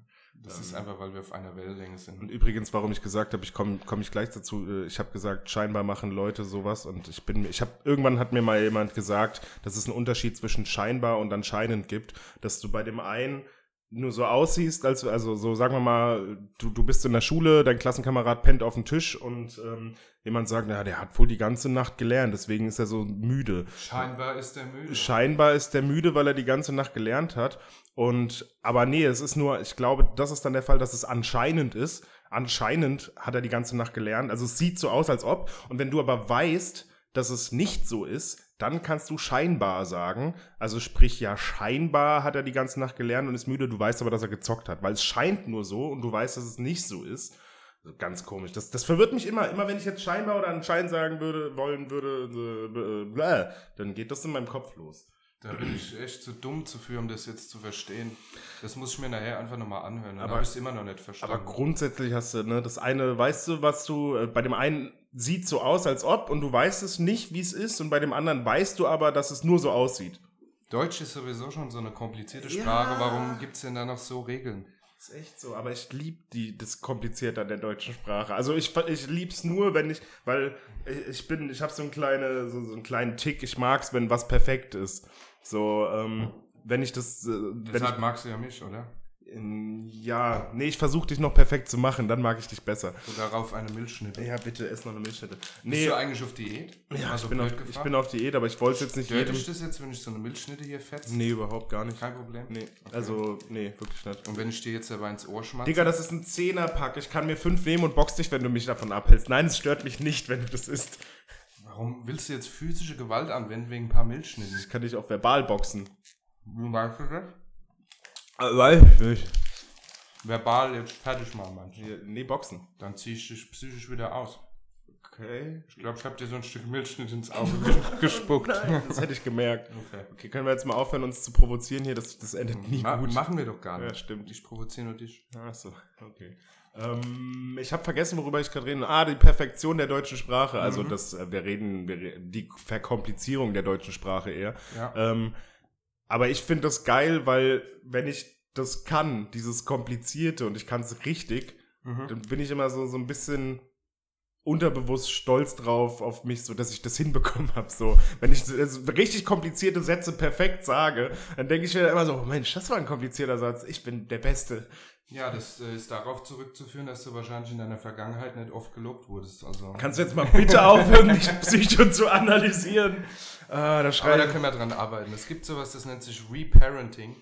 Speaker 2: Das
Speaker 1: Ähm.
Speaker 2: ist einfach, weil wir auf einer Wellenlänge
Speaker 1: Und
Speaker 2: sind.
Speaker 1: übrigens, warum ich gesagt habe, ich komme komm ich gleich dazu, äh, ich habe gesagt, scheinbar machen Leute sowas und ich bin mir- ich habe irgendwann hat mir mal jemand gesagt, dass es einen Unterschied zwischen scheinbar und anscheinend gibt, dass du bei dem einen nur so aussiehst, als also so sagen wir mal, du, du bist in der Schule, dein Klassenkamerad pennt auf dem Tisch und ähm, jemand sagt, na, der hat wohl die ganze Nacht gelernt, deswegen ist er so müde.
Speaker 2: Scheinbar ist der müde.
Speaker 1: Scheinbar ist der müde, weil er die ganze Nacht gelernt hat. Und aber nee, es ist nur, ich glaube, das ist dann der Fall, dass es anscheinend ist. Anscheinend hat er die ganze Nacht gelernt. Also es sieht so aus, als ob. Und wenn du aber weißt, dass es nicht so ist, dann kannst du scheinbar sagen. Also sprich, ja, scheinbar hat er die ganze Nacht gelernt und ist müde. Du weißt aber, dass er gezockt hat, weil es scheint nur so und du weißt, dass es nicht so ist. Also Ganz komisch. Das, das verwirrt mich immer. Immer wenn ich jetzt scheinbar oder anscheinend sagen würde, wollen würde, äh, bläh, dann geht das in meinem Kopf los.
Speaker 2: Da bin ich echt zu dumm zu für, um das jetzt zu verstehen. Das muss ich mir nachher einfach nochmal anhören.
Speaker 1: Aber-
Speaker 2: Aber ich es immer noch nicht
Speaker 1: Aber
Speaker 2: verstanden.
Speaker 1: grundsätzlich hast du, ne, das eine, weißt du, was du, äh, bei dem einen sieht so aus, als ob, und du weißt es nicht, wie es ist, und bei dem anderen weißt du aber, dass es nur so aussieht.
Speaker 2: Deutsch ist sowieso schon so eine komplizierte
Speaker 1: Ja.
Speaker 2: Sprache. Warum gibt es denn da noch so Regeln?
Speaker 1: Ist echt so, aber ich liebe die, das Komplizierte an der deutschen Sprache. Also ich, ich lieb's nur, wenn ich, weil ich, ich bin, ich habe so, einen kleine, so, so einen kleinen Tick, ich mag's, wenn was perfekt ist. So, ähm, wenn ich das, äh, wenn ich,
Speaker 2: Deshalb magst du ja mich, oder?
Speaker 1: Ähm, Ja, nee, ich versuche dich noch perfekt zu machen, dann mag ich dich besser.
Speaker 2: Und darauf eine Milchschnitte.
Speaker 1: Ja, bitte, ess noch eine Milchschnitte.
Speaker 2: Bist
Speaker 1: Nee,
Speaker 2: du eigentlich auf Diät?
Speaker 1: ja,
Speaker 2: Mal
Speaker 1: ich,
Speaker 2: so
Speaker 1: bin auf,
Speaker 2: blöd
Speaker 1: ich
Speaker 2: gefragt.
Speaker 1: bin auf Diät, aber ich wollte jetzt nicht
Speaker 2: Stört
Speaker 1: jedem...
Speaker 2: dich das jetzt, wenn ich so eine Milchschnitte hier fetze?
Speaker 1: Nee, überhaupt gar nicht.
Speaker 2: Kein Problem.
Speaker 1: Nee, also, nee, wirklich nicht.
Speaker 2: Und wenn ich dir jetzt dabei ins Ohr schmatze?
Speaker 1: Digga, das ist ein Zehnerpack. Ich kann mir fünf nehmen und box dich, wenn du mich davon abhältst. Nein, es stört mich nicht, wenn du das isst.
Speaker 2: Warum willst du jetzt physische Gewalt anwenden wegen ein paar Milchschnitten?
Speaker 1: Ich kann dich auch verbal boxen.
Speaker 2: Weißt du das?
Speaker 1: Weil? Ah, Ich.
Speaker 2: Verbal jetzt fertig machen, Mann.
Speaker 1: Nee, boxen.
Speaker 2: Dann zieh ich dich psychisch wieder aus.
Speaker 1: Okay.
Speaker 2: Ich glaube, ich habe dir so ein Stück Milchschnitt ins Auge <laughs> ges- gespuckt.
Speaker 1: Das hätte ich gemerkt.
Speaker 2: Okay.
Speaker 1: <laughs> Okay, können wir jetzt mal aufhören, uns zu provozieren hier? Das, das endet nie
Speaker 2: Ma
Speaker 1: gut.
Speaker 2: machen wir doch gar
Speaker 1: Ja,
Speaker 2: nicht.
Speaker 1: stimmt.
Speaker 2: Ich provoziere nur dich.
Speaker 1: Ach so, okay. Ähm, ich habe vergessen, worüber ich gerade rede. Ah, die Perfektion der deutschen Sprache. Also das, äh, wir reden, wir, re- die Verkomplizierung der deutschen Sprache eher.
Speaker 2: Ja.
Speaker 1: Ähm, aber ich finde das geil, weil wenn ich das kann, dieses Komplizierte und ich kann es richtig, dann bin ich immer so, so ein bisschen unterbewusst stolz drauf auf mich, so dass ich das <laughs> hinbekommen habe. So, wenn ich also richtig komplizierte Sätze perfekt sage, dann denke ich mir immer so, oh Mensch, das war ein komplizierter Satz. Ich bin der Beste.
Speaker 2: Ja, das äh, ist darauf zurückzuführen, dass du wahrscheinlich in deiner Vergangenheit nicht oft gelobt wurdest. Also.
Speaker 1: Kannst du jetzt mal bitte aufhören, mich psycho zu analysieren? Ah, da
Speaker 2: Aber
Speaker 1: schreit
Speaker 2: da können wir dran arbeiten. Es gibt sowas, das nennt sich Reparenting.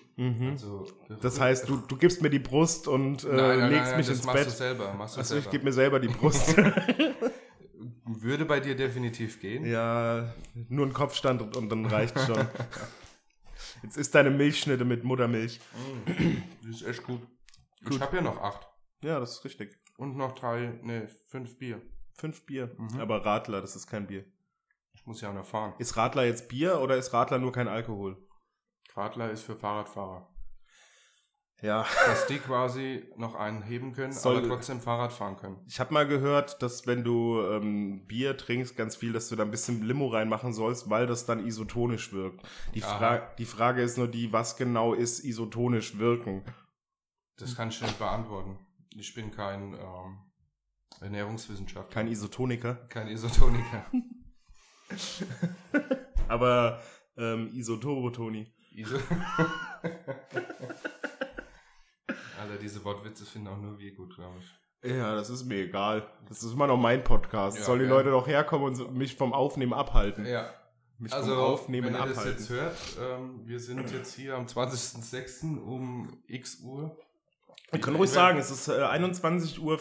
Speaker 2: Also,
Speaker 1: Das heißt, du, du gibst mir die Brust und äh,
Speaker 2: nein, nein,
Speaker 1: legst
Speaker 2: nein,
Speaker 1: mich
Speaker 2: das
Speaker 1: ins
Speaker 2: machst du
Speaker 1: Bett.
Speaker 2: selber. Machst du
Speaker 1: Achso, ich
Speaker 2: selber.
Speaker 1: gebe mir selber die
Speaker 2: <laughs>
Speaker 1: Brust.
Speaker 2: Würde bei dir definitiv gehen.
Speaker 1: ja, nur ein Kopfstand und, und dann reicht schon. Jetzt ist deine Milchschnitte mit Muttermilch.
Speaker 2: <clears throat> Die ist echt gut. Mhm. Ich habe ja noch acht.
Speaker 1: Ja, das ist richtig.
Speaker 2: Und noch drei, ne, fünf Bier.
Speaker 1: Fünf Bier.
Speaker 2: Mhm.
Speaker 1: Aber Radler, das ist kein Bier.
Speaker 2: Ich muss ja auch noch fahren.
Speaker 1: Ist Radler jetzt Bier oder ist Radler nur kein Alkohol?
Speaker 2: Radler ist für Fahrradfahrer.
Speaker 1: Ja.
Speaker 2: Dass die quasi noch einen heben können,
Speaker 1: Soll-
Speaker 2: aber trotzdem Fahrrad fahren können.
Speaker 1: Ich habe mal gehört, dass wenn du ähm, Bier trinkst, ganz viel, dass du da ein bisschen Limo reinmachen sollst, weil das dann isotonisch wirkt. Die,
Speaker 2: Aha.
Speaker 1: Fra die Frage ist nur die, was genau ist isotonisch wirken?
Speaker 2: Das kann ich nicht beantworten. Ich bin kein ähm, Ernährungswissenschaftler.
Speaker 1: Kein Isotoniker. <laughs>
Speaker 2: kein Isotoniker.
Speaker 1: Aber ähm, Isoturbo-Toni.
Speaker 2: Iso <laughs> Alter, diese Wortwitze finden auch nur wir gut, glaube ich.
Speaker 1: Ja, das ist mir egal. Das ist immer noch mein Podcast.
Speaker 2: Ja,
Speaker 1: Soll die
Speaker 2: ja.
Speaker 1: Leute doch herkommen und so- mich vom Aufnehmen abhalten.
Speaker 2: Ja,
Speaker 1: Mich
Speaker 2: also
Speaker 1: vom Aufnehmen
Speaker 2: wenn ihr
Speaker 1: abhalten.
Speaker 2: das jetzt hört, ähm, wir sind jetzt hier am 20.06. um x Uhr.
Speaker 1: Wir können ruhig sagen, es ist äh, 21.24 Uhr.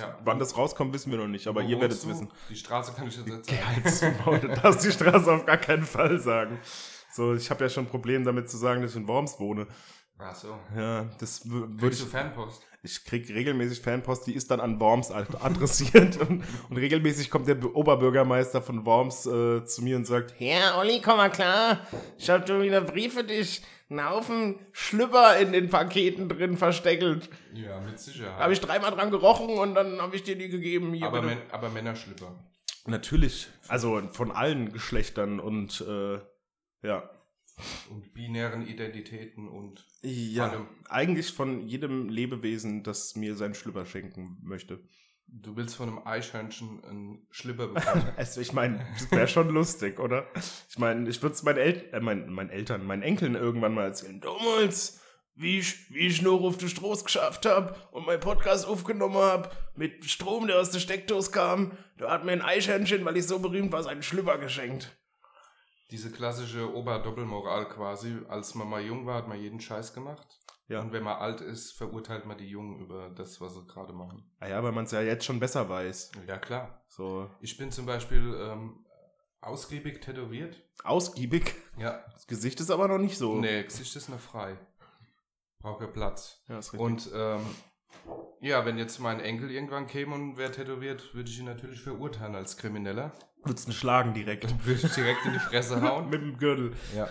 Speaker 2: Ja.
Speaker 1: Wann das rauskommt, wissen wir noch nicht, aber
Speaker 2: Wo
Speaker 1: ihr werdet es
Speaker 2: wohnst du?
Speaker 1: wissen.
Speaker 2: Die Straße kann ich jetzt erzählen.
Speaker 1: Ja, jetzt Maul, du darfst die Straße auf gar keinen Fall sagen. So, ich habe ja schon ein Problem damit zu sagen, dass ich in Worms wohne.
Speaker 2: Ach so.
Speaker 1: Ja, das w- würde
Speaker 2: Würdest
Speaker 1: ich.
Speaker 2: du Fanpost?
Speaker 1: Ich krieg regelmäßig Fanpost, die ist dann an Worms ad- adressiert und, und regelmäßig kommt der Be- Oberbürgermeister von Worms äh, zu mir und sagt, Herr Olli, komm mal klar, ich hab schon wieder einen Brief für dich, einen Haufen Schlüpper in den Paketen drin versteckelt.
Speaker 2: Ja, mit Sicherheit.
Speaker 1: Habe ich genau. dreimal dran gerochen und dann habe ich dir die gegeben. Hier,
Speaker 2: aber,
Speaker 1: bitte.
Speaker 2: Män aber Männerschlipper.
Speaker 1: Natürlich. Also von allen Geschlechtern und äh, ja.
Speaker 2: Und binären Identitäten und
Speaker 1: Ja.
Speaker 2: Allem.
Speaker 1: Eigentlich von jedem Lebewesen, das mir seinen Schlüpper schenken möchte.
Speaker 2: du willst von einem Eichhörnchen einen Schlipper
Speaker 1: <laughs>
Speaker 2: bekommen.
Speaker 1: Also ich meine, das wäre <laughs> schon lustig, oder? Ich meine, ich würde es meinen El äh, mein, meinen Eltern, meinen Enkeln irgendwann mal erzählen. Damals, wie ich, wie ich nur auf den Stroß geschafft habe und meinen Podcast aufgenommen habe, mit Strom, der aus der Steckdose kam, da hat mir ein Eichhörnchen, weil ich so berühmt war, seinen Schlüpper geschenkt.
Speaker 2: Diese klassische Oberdoppelmoral quasi. Als man mal jung war, hat man jeden Scheiß gemacht.
Speaker 1: Ja.
Speaker 2: Und wenn man alt ist, verurteilt man die Jungen über das, was sie gerade machen.
Speaker 1: Ah ja, weil man es ja jetzt schon besser weiß.
Speaker 2: Ja, klar.
Speaker 1: So
Speaker 2: Ich bin zum Beispiel ähm, ausgiebig tätowiert.
Speaker 1: ausgiebig.
Speaker 2: Ja.
Speaker 1: Das Gesicht ist aber noch nicht so.
Speaker 2: Nee, Gesicht ist noch frei. Braucht ja Platz.
Speaker 1: Ja, ist richtig.
Speaker 2: Und ähm, ja, wenn jetzt mein Enkel irgendwann käme und wäre tätowiert, würde ich ihn natürlich verurteilen als Krimineller. <laughs>
Speaker 1: würdest ihn schlagen direkt.
Speaker 2: Dann würde ich direkt in die Fresse hauen.
Speaker 1: Mit dem Gürtel.
Speaker 2: Ja.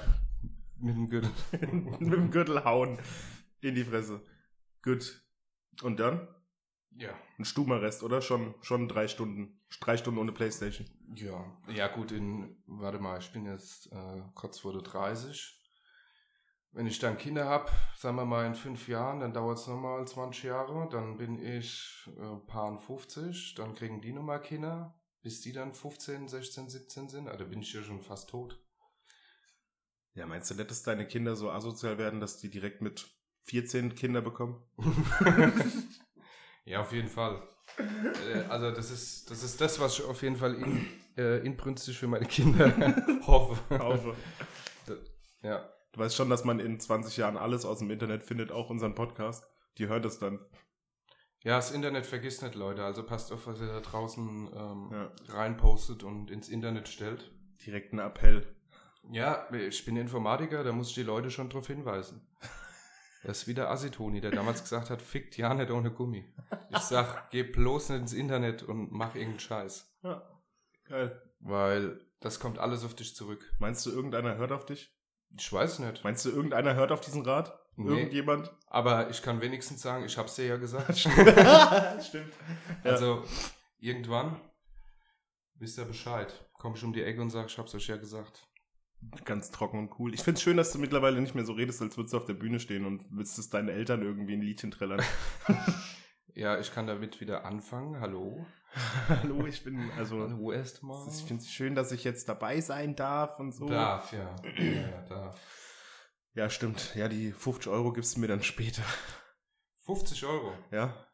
Speaker 2: Mit dem Gürtel.
Speaker 1: <laughs> Mit dem Gürtel hauen. In die Fresse. Gut. Und dann?
Speaker 2: Ja.
Speaker 1: Ein Stumarrest, oder? Schon, schon drei Stunden. Drei Stunden ohne Playstation.
Speaker 2: Ja. Ja, gut, in, warte mal, ich bin jetzt äh, kurz vor der 30. Wenn ich dann Kinder habe, sagen wir mal in fünf Jahren, dann dauert es nochmal 20 Jahre, dann bin ich äh, Paar 50, dann kriegen die nochmal Kinder, bis die dann 15, 16, 17 sind. Also bin ich ja schon fast tot. <laughs>
Speaker 1: Ja, meinst du nicht, dass deine Kinder so asozial werden, dass die direkt mit 14 Kinder bekommen?
Speaker 2: ja, auf jeden Fall. Äh, Also das ist, das ist das, was ich auf jeden Fall in, äh, inbrünstig für meine Kinder <laughs>
Speaker 1: <laughs>
Speaker 2: hoffe.
Speaker 1: Haufe.
Speaker 2: ja.
Speaker 1: Du weißt schon, dass man in 20 Jahren alles aus dem Internet findet, auch unseren Podcast. Die hören das dann.
Speaker 2: ja, das Internet vergisst nicht, Leute. Also passt auf, was ihr da draußen ähm,
Speaker 1: Ja.
Speaker 2: reinpostet und ins Internet stellt.
Speaker 1: Direkt ein Appell.
Speaker 2: Ja, ich bin Informatiker, da muss ich die Leute schon drauf hinweisen. Das ist wieder Asitoni, der damals gesagt hat, fickt ja nicht ohne Gummi. Ich sag, geh bloß nicht ins Internet und mach irgendeinen Scheiß.
Speaker 1: Geil.
Speaker 2: Weil das kommt alles auf dich zurück.
Speaker 1: Meinst du, irgendeiner hört auf dich?
Speaker 2: Ich weiß nicht.
Speaker 1: Meinst du, irgendeiner hört auf diesen Rat?
Speaker 2: Nee.
Speaker 1: Irgendjemand? <laughs>
Speaker 2: Aber ich kann wenigstens sagen, ich hab's dir ja gesagt.
Speaker 1: Stimmt.
Speaker 2: Also irgendwann wisst ihr Bescheid. Komm ich um die Ecke und sag, ich hab's euch ja gesagt.
Speaker 1: Ganz trocken und cool. Ich find's schön, dass du mittlerweile nicht mehr so redest, als würdest du auf der Bühne stehen und würdest deinen Eltern irgendwie ein Liedchen trällern.
Speaker 2: <laughs> Ja, ich kann damit wieder anfangen. Hallo.
Speaker 1: Hallo, ich bin, also,
Speaker 2: Hallo erstmal.
Speaker 1: ich find's schön, dass ich jetzt dabei sein darf und so.
Speaker 2: Darf, ja. ja darf.
Speaker 1: Ja, stimmt. Ja, die 50 Euro gibst du mir dann später. <laughs>
Speaker 2: 50 Euro.
Speaker 1: Ja?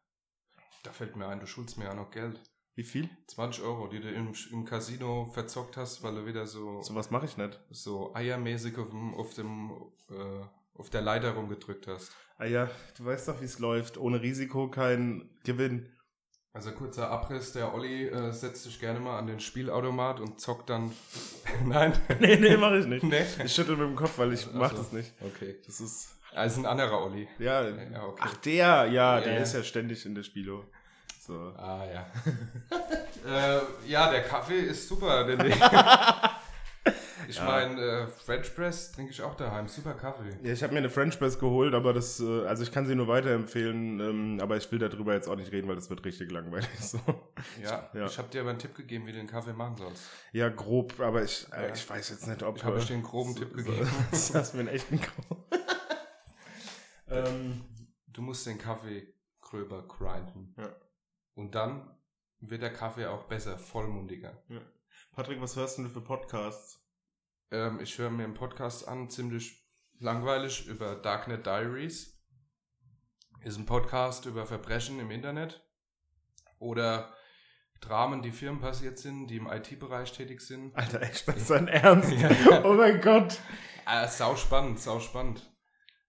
Speaker 2: Da fällt mir ein, du schuldest mir ja noch Geld.
Speaker 1: Wie viel?
Speaker 2: 20 Euro, die du im, im Casino verzockt hast, weil du wieder so,
Speaker 1: So was mache ich nicht.
Speaker 2: so eiermäßig auf dem, auf, dem, äh, auf der Leiter rumgedrückt hast.
Speaker 1: Ah ja, du weißt doch, wie es läuft. Ohne Risiko kein
Speaker 2: <laughs>
Speaker 1: Gewinn.
Speaker 2: Also kurzer Abriss, der Olli äh, setzt sich gerne mal an den Spielautomat und zockt dann. <laughs> Nein, <laughs>
Speaker 1: Nee, nee, mache ich nicht.
Speaker 2: nee.
Speaker 1: Ich schüttel mit dem Kopf, weil ich mach
Speaker 2: Ach so.
Speaker 1: das nicht.
Speaker 2: Okay.
Speaker 1: Das ist,
Speaker 2: Also ein anderer Olli.
Speaker 1: ja,
Speaker 2: Ja, okay.
Speaker 1: ach der, ja,
Speaker 2: Ja,
Speaker 1: der
Speaker 2: ja.
Speaker 1: ist ja ständig in der Spielo. So.
Speaker 2: Ah ja. <laughs> äh, ja, der Kaffee ist super. Der
Speaker 1: <laughs>
Speaker 2: ich meine, äh, French Press trinke ich auch daheim. Super Kaffee.
Speaker 1: Ja, ich habe mir eine French Press geholt, aber das, äh, also ich kann sie nur weiterempfehlen, ähm, aber ich will darüber jetzt auch nicht reden, weil das wird richtig langweilig. So.
Speaker 2: Ja.
Speaker 1: Ja.
Speaker 2: Ich habe dir aber einen Tipp gegeben, wie du den Kaffee machen sollst.
Speaker 1: Ja, grob, aber ich, äh,
Speaker 2: Ja.
Speaker 1: ich weiß jetzt nicht, ob
Speaker 2: Ich habe
Speaker 1: äh,
Speaker 2: euch den groben Tipp gegeben.
Speaker 1: <laughs> Das hast mir einen echten Grund. <laughs> ähm,
Speaker 2: Du musst den Kaffee gröber grinden.
Speaker 1: Ja.
Speaker 2: Und dann wird der Kaffee auch besser, vollmundiger.
Speaker 1: Patrick, was hörst du denn für Podcasts?
Speaker 2: Ähm, ich höre mir einen Podcast an, ziemlich langweilig, über Darknet Diaries. Ist ein Podcast über Verbrechen im Internet oder Dramen, die Firmen passiert sind, die im IT-Bereich tätig sind.
Speaker 1: Alter, echt, das ist dein Ernst.
Speaker 2: <laughs> Ja.
Speaker 1: Oh mein Gott.
Speaker 2: Ah, sau spannend, sau spannend.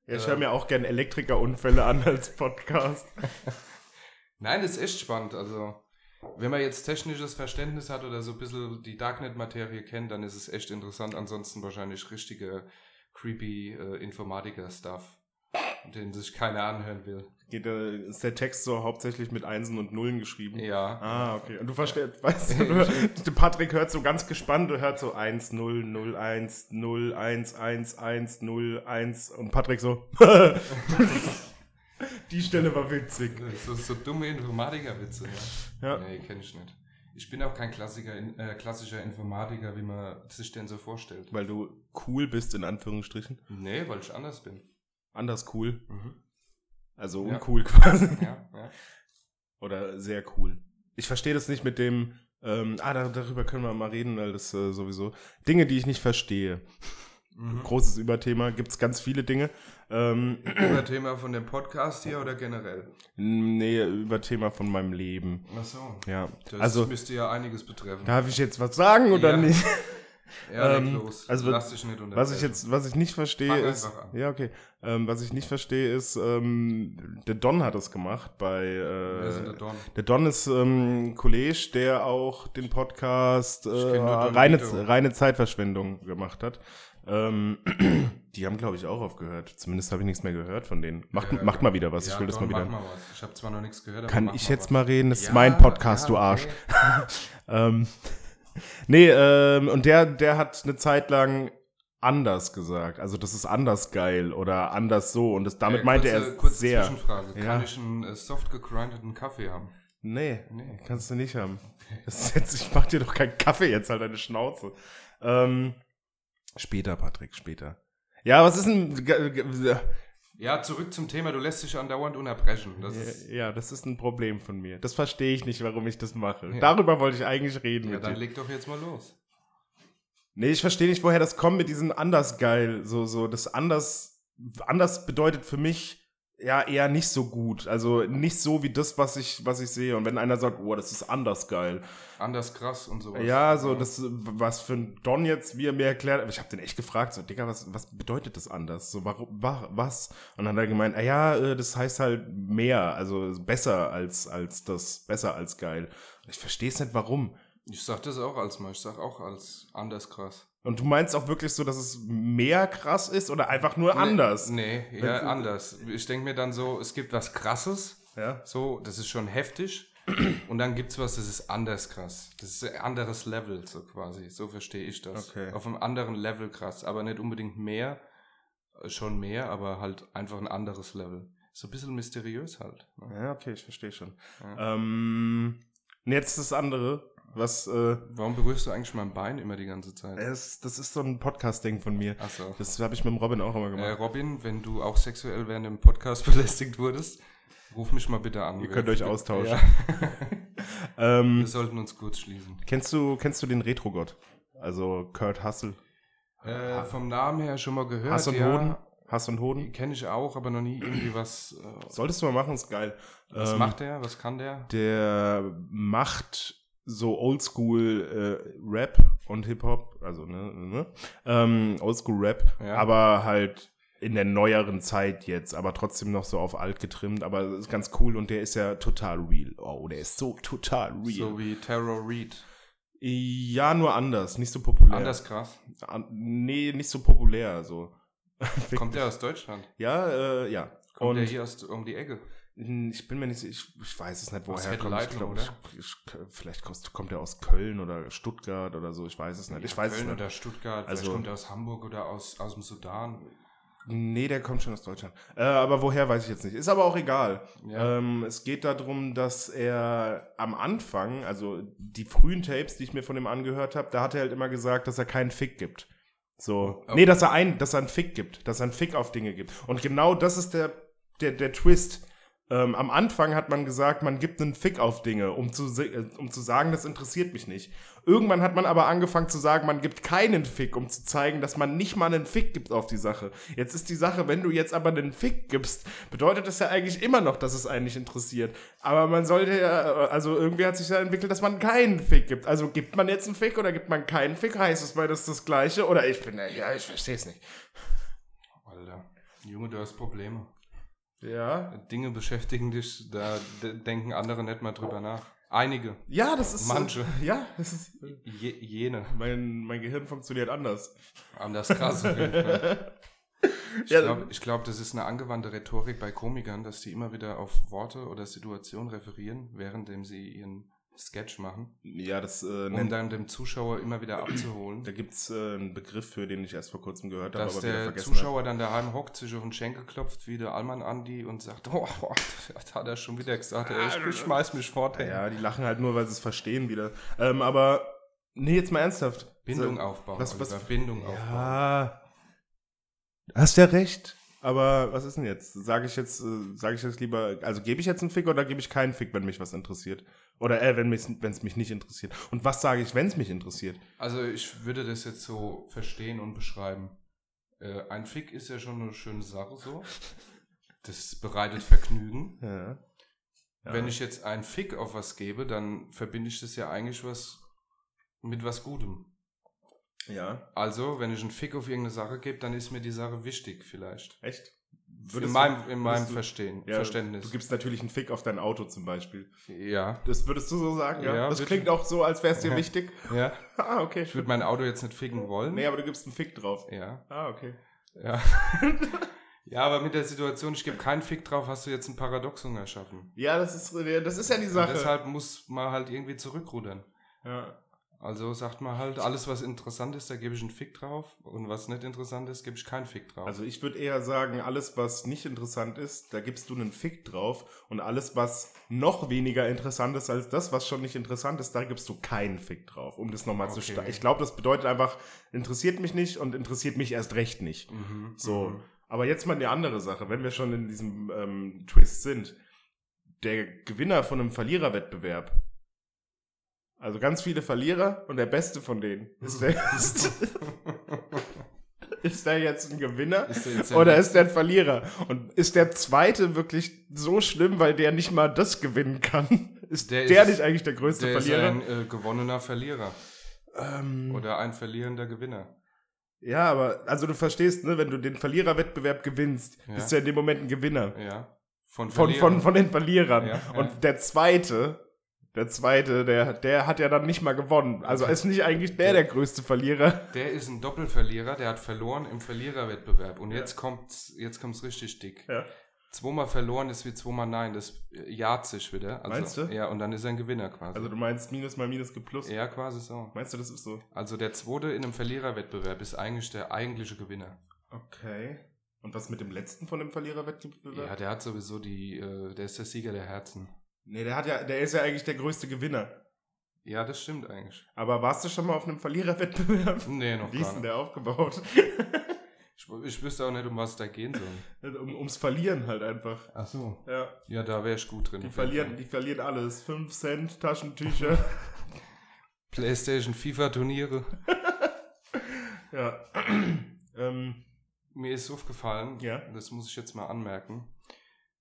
Speaker 1: Ja, ich
Speaker 2: Ähm.
Speaker 1: höre mir auch gern Elektrikerunfälle an als Podcast.
Speaker 2: Nein, das ist echt spannend. Also, wenn man jetzt technisches Verständnis hat oder so ein bisschen die Darknet-Materie kennt, dann ist es echt interessant. Ansonsten wahrscheinlich richtige creepy äh, Informatiker-Stuff, den sich keiner anhören will.
Speaker 1: Geht, äh, ist der Text so hauptsächlich mit Einsen und Nullen geschrieben?
Speaker 2: Ja.
Speaker 1: Ah, okay. Und du verstehst, <laughs> weißt du, du, Patrick hört so ganz gespannt, du hört so 1, 0, 0, 1, 0, 1, 1, 1, 0, 1 und Patrick so, <laughs> die Stelle war witzig.
Speaker 2: <laughs> So, so dumme Informatiker-Witze. Ja.
Speaker 1: Ja.
Speaker 2: Nee, kenne ich nicht. Ich bin auch kein Klassiker, äh, klassischer Informatiker, wie man sich den so vorstellt.
Speaker 1: Weil du cool bist, in Anführungsstrichen.
Speaker 2: Nee, weil ich anders bin.
Speaker 1: Anders cool. Also
Speaker 2: Ja.
Speaker 1: uncool <laughs> quasi.
Speaker 2: Ja, ja.
Speaker 1: Oder sehr cool. Ich verstehe das nicht mit dem, ähm, ah, da, darüber können wir mal reden, weil das äh, sowieso. Dinge, die ich nicht verstehe.
Speaker 2: Mhm.
Speaker 1: Großes Überthema, gibt's ganz viele Dinge. Ähm, <clears throat>
Speaker 2: Über Thema von dem Podcast hier oder generell?
Speaker 1: nee, Überthema von meinem Leben.
Speaker 2: Ach so.
Speaker 1: Ja,
Speaker 2: Das
Speaker 1: also
Speaker 2: müsste ja einiges betreffen.
Speaker 1: darf ich jetzt was sagen oder
Speaker 2: Ja.
Speaker 1: nicht?
Speaker 2: <laughs> Ja, leg
Speaker 1: Ähm,
Speaker 2: los.
Speaker 1: also
Speaker 2: Lass dich nicht unterbrechen.
Speaker 1: Was ich jetzt, was ich nicht verstehe
Speaker 2: Fang
Speaker 1: ist,
Speaker 2: einfach an.
Speaker 1: ja okay, ähm, was ich nicht verstehe ist, ähm, der Don hat es gemacht bei.
Speaker 2: Wir sind der
Speaker 1: Äh,
Speaker 2: Don.
Speaker 1: der Don ist ähm, ein Kollege, der auch den Podcast äh,
Speaker 2: kenn nur Don
Speaker 1: reine,
Speaker 2: Vito.
Speaker 1: reine Zeitverschwendung gemacht hat. Ähm, <clears throat> die haben, glaube ich, auch aufgehört. Zumindest habe ich nichts mehr gehört von denen. Macht,
Speaker 2: Ja,
Speaker 1: macht mal wieder was,
Speaker 2: ja,
Speaker 1: ich will das
Speaker 2: Don,
Speaker 1: mal wieder.
Speaker 2: Mach mal was. Ich habe zwar noch nichts gehört, aber
Speaker 1: Kann
Speaker 2: mach
Speaker 1: ich
Speaker 2: mal
Speaker 1: jetzt
Speaker 2: was.
Speaker 1: mal reden? Das
Speaker 2: Ja,
Speaker 1: ist mein Podcast,
Speaker 2: ja,
Speaker 1: du Arsch.
Speaker 2: okay.
Speaker 1: Ähm, <laughs> nee, ähm, und der, der hat eine Zeit lang anders gesagt. Also das ist anders geil oder anders so. Und das, damit
Speaker 2: Äh,
Speaker 1: meinte
Speaker 2: kurze,
Speaker 1: er
Speaker 2: kurze
Speaker 1: sehr.
Speaker 2: Zwischenfrage.
Speaker 1: Ja.
Speaker 2: Kann ich einen äh, soft gegrindeten Kaffee haben?
Speaker 1: Nee,
Speaker 2: Nee.
Speaker 1: kannst du nicht haben. Das ist jetzt, ich mach dir doch keinen Kaffee jetzt, halt deine Schnauze. Ähm, später, Patrick, später. Ja, was ist ein... ge- ge- äh,
Speaker 2: Ja, zurück zum Thema. Du lässt dich andauernd unterbrechen. Das ist,
Speaker 1: Ja, das ist ein Problem von mir. Das verstehe ich nicht, warum ich das mache.
Speaker 2: Ja.
Speaker 1: Darüber wollte ich eigentlich reden
Speaker 2: ja,
Speaker 1: mit
Speaker 2: dann
Speaker 1: dir.
Speaker 2: leg doch jetzt mal los.
Speaker 1: Nee, ich verstehe nicht, woher das kommt mit diesem anders geil. So, so, das anders, anders bedeutet für mich ja eher nicht so gut. Also nicht so wie das, was ich, was ich sehe. Und wenn einer sagt, oh, das ist anders geil.
Speaker 2: Anders krass und sowas.
Speaker 1: Ja, so, das, was für ein Don jetzt, wie er mir erklärt. Aber ich habe den echt gefragt, so, Digga, was, was bedeutet das anders? So, warum, wa, was? Und dann hat er gemeint, ah ja, äh, das heißt halt mehr, also besser als, als das, besser als geil. Ich verstehe es nicht, warum.
Speaker 2: Ich sag das auch als mal. Ich sag auch als anders krass.
Speaker 1: Und du meinst auch wirklich so, dass es mehr krass ist oder einfach nur anders?
Speaker 2: Nee, nee ja, anders. Ich denke mir dann so, es gibt was Krasses.
Speaker 1: Ja.
Speaker 2: So, das ist schon heftig. <clears throat> Und dann gibt's was, das ist anders krass. Das ist ein anderes Level, so quasi. So verstehe ich das.
Speaker 1: Okay.
Speaker 2: Auf einem anderen Level krass, aber nicht unbedingt mehr. äh, Schon mehr, aber halt einfach ein anderes Level. So ein bisschen mysteriös halt. ne?
Speaker 1: Ja, okay, ich verstehe schon.
Speaker 2: Ja.
Speaker 1: Ähm, und jetzt das andere, was äh,
Speaker 2: Warum berührst du eigentlich mein Bein immer die ganze Zeit?
Speaker 1: es, das ist so ein Podcast-Ding von mir.
Speaker 2: Achso.
Speaker 1: Äh, Das habe ich mit dem Robin auch immer
Speaker 2: Äh,
Speaker 1: gemacht.
Speaker 2: Robin, wenn du auch sexuell während dem Podcast <laughs> belästigt wurdest, ruf mich mal bitte an.
Speaker 1: Ihr
Speaker 2: Wir-
Speaker 1: könnt euch austauschen.
Speaker 2: Ja. <laughs>
Speaker 1: <laughs>
Speaker 2: Wir
Speaker 1: Ähm,
Speaker 2: sollten uns kurz schließen.
Speaker 1: kennst du kennst du den Retrogott? Also Kurt Hassel.
Speaker 2: Äh, vom Namen her schon mal gehört.
Speaker 1: Hass und
Speaker 2: ja.
Speaker 1: Hoden. Hass und Hoden.
Speaker 2: Kenne ich auch, aber noch nie irgendwie was. Äh,
Speaker 1: Solltest du mal machen, ist geil.
Speaker 2: was
Speaker 1: Ähm,
Speaker 2: macht der? Was kann der?
Speaker 1: der macht so Oldschool äh, Rap und Hip-Hop, also ne, ne? Ähm, Oldschool Rap,
Speaker 2: Ja.
Speaker 1: aber halt in der neueren Zeit jetzt, aber trotzdem noch so auf alt getrimmt, aber es ist ganz cool und der ist ja total real. Oh, der ist so total real.
Speaker 2: So wie Terror Reed.
Speaker 1: Ja, nur anders, nicht so populär.
Speaker 2: Anders krass.
Speaker 1: An, nee, nicht so populär, so.
Speaker 2: Kommt der aus Deutschland?
Speaker 1: Ja, äh, ja.
Speaker 2: Kommt der
Speaker 1: und
Speaker 2: hier aus, um die Ecke?
Speaker 1: Hm, ich bin mir nicht, ich, ich weiß es nicht,
Speaker 2: Aus
Speaker 1: woher er kommt. Ich
Speaker 2: Headlighten,
Speaker 1: glaub,
Speaker 2: oder?
Speaker 1: ich, ich, vielleicht kost- kommt er aus Köln oder Stuttgart oder so, ich weiß es nicht. Ich weiß
Speaker 2: Köln
Speaker 1: es nicht.
Speaker 2: oder Stuttgart. Also,
Speaker 1: Also-
Speaker 2: vielleicht kommt er aus Hamburg oder aus, aus dem Sudan.
Speaker 1: Nee, der kommt schon aus Deutschland. Äh, aber woher weiß ich jetzt nicht. Ist aber auch egal.
Speaker 2: Ja.
Speaker 1: Ähm, es geht darum, dass er am Anfang, also die frühen Tapes, die ich mir von ihm angehört habe, da hat er halt immer gesagt, dass er keinen Fick gibt. So.
Speaker 2: Okay.
Speaker 1: Nee, dass er einen, dass er einen Fick gibt, dass er einen Fick auf Dinge gibt. Und genau das ist der, der, der Twist. Ähm, am Anfang hat man gesagt, man gibt einen Fick auf Dinge, um zu, se- äh, um zu sagen, das interessiert mich nicht. Irgendwann hat man aber angefangen zu sagen, man gibt keinen Fick, um zu zeigen, dass man nicht mal einen Fick gibt auf die Sache. Jetzt ist die Sache, wenn du jetzt aber einen Fick gibst, bedeutet das ja eigentlich immer noch, dass es einen nicht interessiert. Aber man sollte ja, äh, also irgendwie hat sich ja entwickelt, dass man keinen Fick gibt. Also gibt man jetzt einen Fick oder gibt man äh, keinen Fick? Heißt es beides das Gleiche? Oder ich bin, ja, ich verstehe es nicht.
Speaker 2: Alter. Junge, du hast Probleme.
Speaker 1: Ja.
Speaker 2: Dinge beschäftigen dich, da d- denken andere nicht mal drüber nach. Einige.
Speaker 1: Ja, das ist.
Speaker 2: Manche.
Speaker 1: Ja, das ist.
Speaker 2: Je, jene
Speaker 1: Mein, mein Gehirn funktioniert anders.
Speaker 2: haben das krass. auf jeden Fall.
Speaker 1: <laughs>
Speaker 2: Ich
Speaker 1: Ja,
Speaker 2: glaube, glaub, das ist eine angewandte Rhetorik bei Komikern, dass die immer wieder auf Worte oder Situationen referieren, währenddem sie ihren Sketch machen,
Speaker 1: ja, das äh,
Speaker 2: um
Speaker 1: nennt.
Speaker 2: dann dem Zuschauer immer wieder abzuholen.
Speaker 1: Da gibt es äh, einen Begriff für, den ich erst vor kurzem gehört habe,
Speaker 2: dass
Speaker 1: aber wieder
Speaker 2: der
Speaker 1: vergessen habe.
Speaker 2: Zuschauer dann daheim hockt, sich auf den Schenkel klopft, wie der Allmann Andi und sagt, oh, <laughs> oh, das hat er schon wieder gesagt, ey, ich- ich schmeiß mich fort. Ey.
Speaker 1: Ah, Ja, die lachen halt nur, weil sie es verstehen wieder. Ähm, aber, nee, jetzt mal ernsthaft.
Speaker 2: Bindung
Speaker 1: So,
Speaker 2: aufbauen.
Speaker 1: was- was-
Speaker 2: Oliver, Bindung aufbauen.
Speaker 1: Ja. Hast ja recht. Aber was ist denn jetzt? Sage ich jetzt, äh, sage ich jetzt lieber, also gebe ich jetzt einen Fick oder gebe ich keinen Fick, wenn mich was interessiert? Oder äh, wenn es mich nicht interessiert. Und was sage ich, wenn es mich interessiert?
Speaker 2: Also ich würde das jetzt so verstehen und beschreiben. Äh, ein Fick ist ja schon eine schöne Sache so. Das bereitet Vergnügen.
Speaker 1: Ja. Ja.
Speaker 2: Wenn ich jetzt einen Fick auf was gebe, dann verbinde ich das ja eigentlich was mit was Gutem.
Speaker 1: Ja.
Speaker 2: Also, wenn ich einen Fick auf irgendeine Sache gebe, dann ist mir die Sache wichtig vielleicht.
Speaker 1: Echt?
Speaker 2: in
Speaker 1: du-
Speaker 2: meinem, in meinem
Speaker 1: würdest
Speaker 2: Verstehen,
Speaker 1: du, ja,
Speaker 2: Verständnis.
Speaker 1: Du gibst natürlich einen Fick auf dein Auto zum Beispiel.
Speaker 2: ja.
Speaker 1: Das würdest du so sagen, ja?
Speaker 2: Ja,
Speaker 1: das
Speaker 2: bitte.
Speaker 1: klingt auch so, als wäre es dir
Speaker 2: Ja.
Speaker 1: wichtig. <laughs>
Speaker 2: ja.
Speaker 1: ah, okay.
Speaker 2: Ich würde mein Auto jetzt nicht ficken wollen.
Speaker 1: Nee, aber du gibst einen Fick drauf.
Speaker 2: Ja.
Speaker 1: Ah, okay. <laughs>
Speaker 2: Ja. ja, aber mit der Situation, ich gebe keinen Fick drauf, hast du jetzt ein Paradoxon erschaffen.
Speaker 1: Ja, das ist, äh, das ist ja die
Speaker 2: Und
Speaker 1: Sache.
Speaker 2: deshalb muss man halt irgendwie zurückrudern.
Speaker 1: ja.
Speaker 2: Also sagt man halt, alles was interessant ist, da gebe ich einen Fick drauf. Und was nicht interessant ist, gebe ich keinen Fick drauf.
Speaker 1: Also ich würde eher sagen, alles, was nicht interessant ist, da gibst du einen Fick drauf. Und alles, was noch weniger interessant ist als das, was schon nicht interessant ist, da gibst du keinen Fick drauf, um das nochmal zu
Speaker 2: Okay.
Speaker 1: starten. Ich glaube, das bedeutet einfach, interessiert mich nicht und interessiert mich erst recht nicht.
Speaker 2: Mhm.
Speaker 1: So.
Speaker 2: Mhm.
Speaker 1: Aber jetzt mal eine andere Sache, wenn wir schon in diesem ähm, Twist sind. Der Gewinner von einem Verliererwettbewerb. Also ganz viele Verlierer und der Beste von denen. Ist der,
Speaker 2: <laughs>
Speaker 1: ist, ist der jetzt ein Gewinner?
Speaker 2: Ist der jetzt
Speaker 1: Oder
Speaker 2: der-
Speaker 1: ist der ein Verlierer? Und ist der zweite wirklich so schlimm, weil der nicht mal das gewinnen kann? Ist der,
Speaker 2: Der ist-
Speaker 1: nicht eigentlich der größte
Speaker 2: der ist
Speaker 1: Verlierer?
Speaker 2: ein äh, gewonnener Verlierer
Speaker 1: ähm,
Speaker 2: oder ein verlierender Gewinner?
Speaker 1: ja, aber also du verstehst, ne, wenn du den Verliererwettbewerb gewinnst,
Speaker 2: Ja.
Speaker 1: bist du ja in dem Moment ein Gewinner.
Speaker 2: Ja. Von
Speaker 1: Von, von, von den Verlierern.
Speaker 2: Ja, ja.
Speaker 1: Und der zweite, der zweite, der, der hat ja dann nicht mal gewonnen. Also ist nicht eigentlich der der größte Verlierer.
Speaker 2: Der ist ein Doppelverlierer, der hat verloren im Verliererwettbewerb und jetzt kommt's jetzt kommt's richtig dick.
Speaker 1: Ja.
Speaker 2: Zweimal verloren ist wie zweimal nein, das äh, jaht sich wieder. Also,
Speaker 1: Meinst du?
Speaker 2: Ja, und dann ist er ein Gewinner quasi.
Speaker 1: Also du meinst Minus mal Minus gibt Plus.
Speaker 2: ja, quasi so.
Speaker 1: Meinst du, das ist so?
Speaker 2: Also der zweite in einem Verliererwettbewerb ist eigentlich der eigentliche Gewinner.
Speaker 1: Okay. Und was mit dem letzten von dem Verliererwettbewerb?
Speaker 2: Ja, der hat sowieso die, äh, der ist der Sieger der Herzen.
Speaker 1: Nee, der hat ja, der ist ja eigentlich der größte Gewinner.
Speaker 2: Ja, das stimmt eigentlich.
Speaker 1: Aber warst du schon mal auf einem Verliererwettbewerb?
Speaker 2: Nee, <laughs> noch
Speaker 1: Wie ist
Speaker 2: gar
Speaker 1: denn
Speaker 2: nicht.
Speaker 1: der aufgebaut? <laughs>
Speaker 2: Ich, ich wüsste auch nicht, um was da gehen soll.
Speaker 1: Also um, ums Verlieren halt einfach.
Speaker 2: Ach so.
Speaker 1: Ja,
Speaker 2: Ja, da wäre ich gut drin.
Speaker 1: die
Speaker 2: auf jeden
Speaker 1: verlieren,
Speaker 2: Fall.
Speaker 1: die verlieren alles. 5 Cent, Taschentücher.
Speaker 2: <laughs> PlayStation, FIFA-Turniere.
Speaker 1: ja. <clears throat> ähm,
Speaker 2: Mir ist aufgefallen,
Speaker 1: Ja.
Speaker 2: das muss ich jetzt mal anmerken.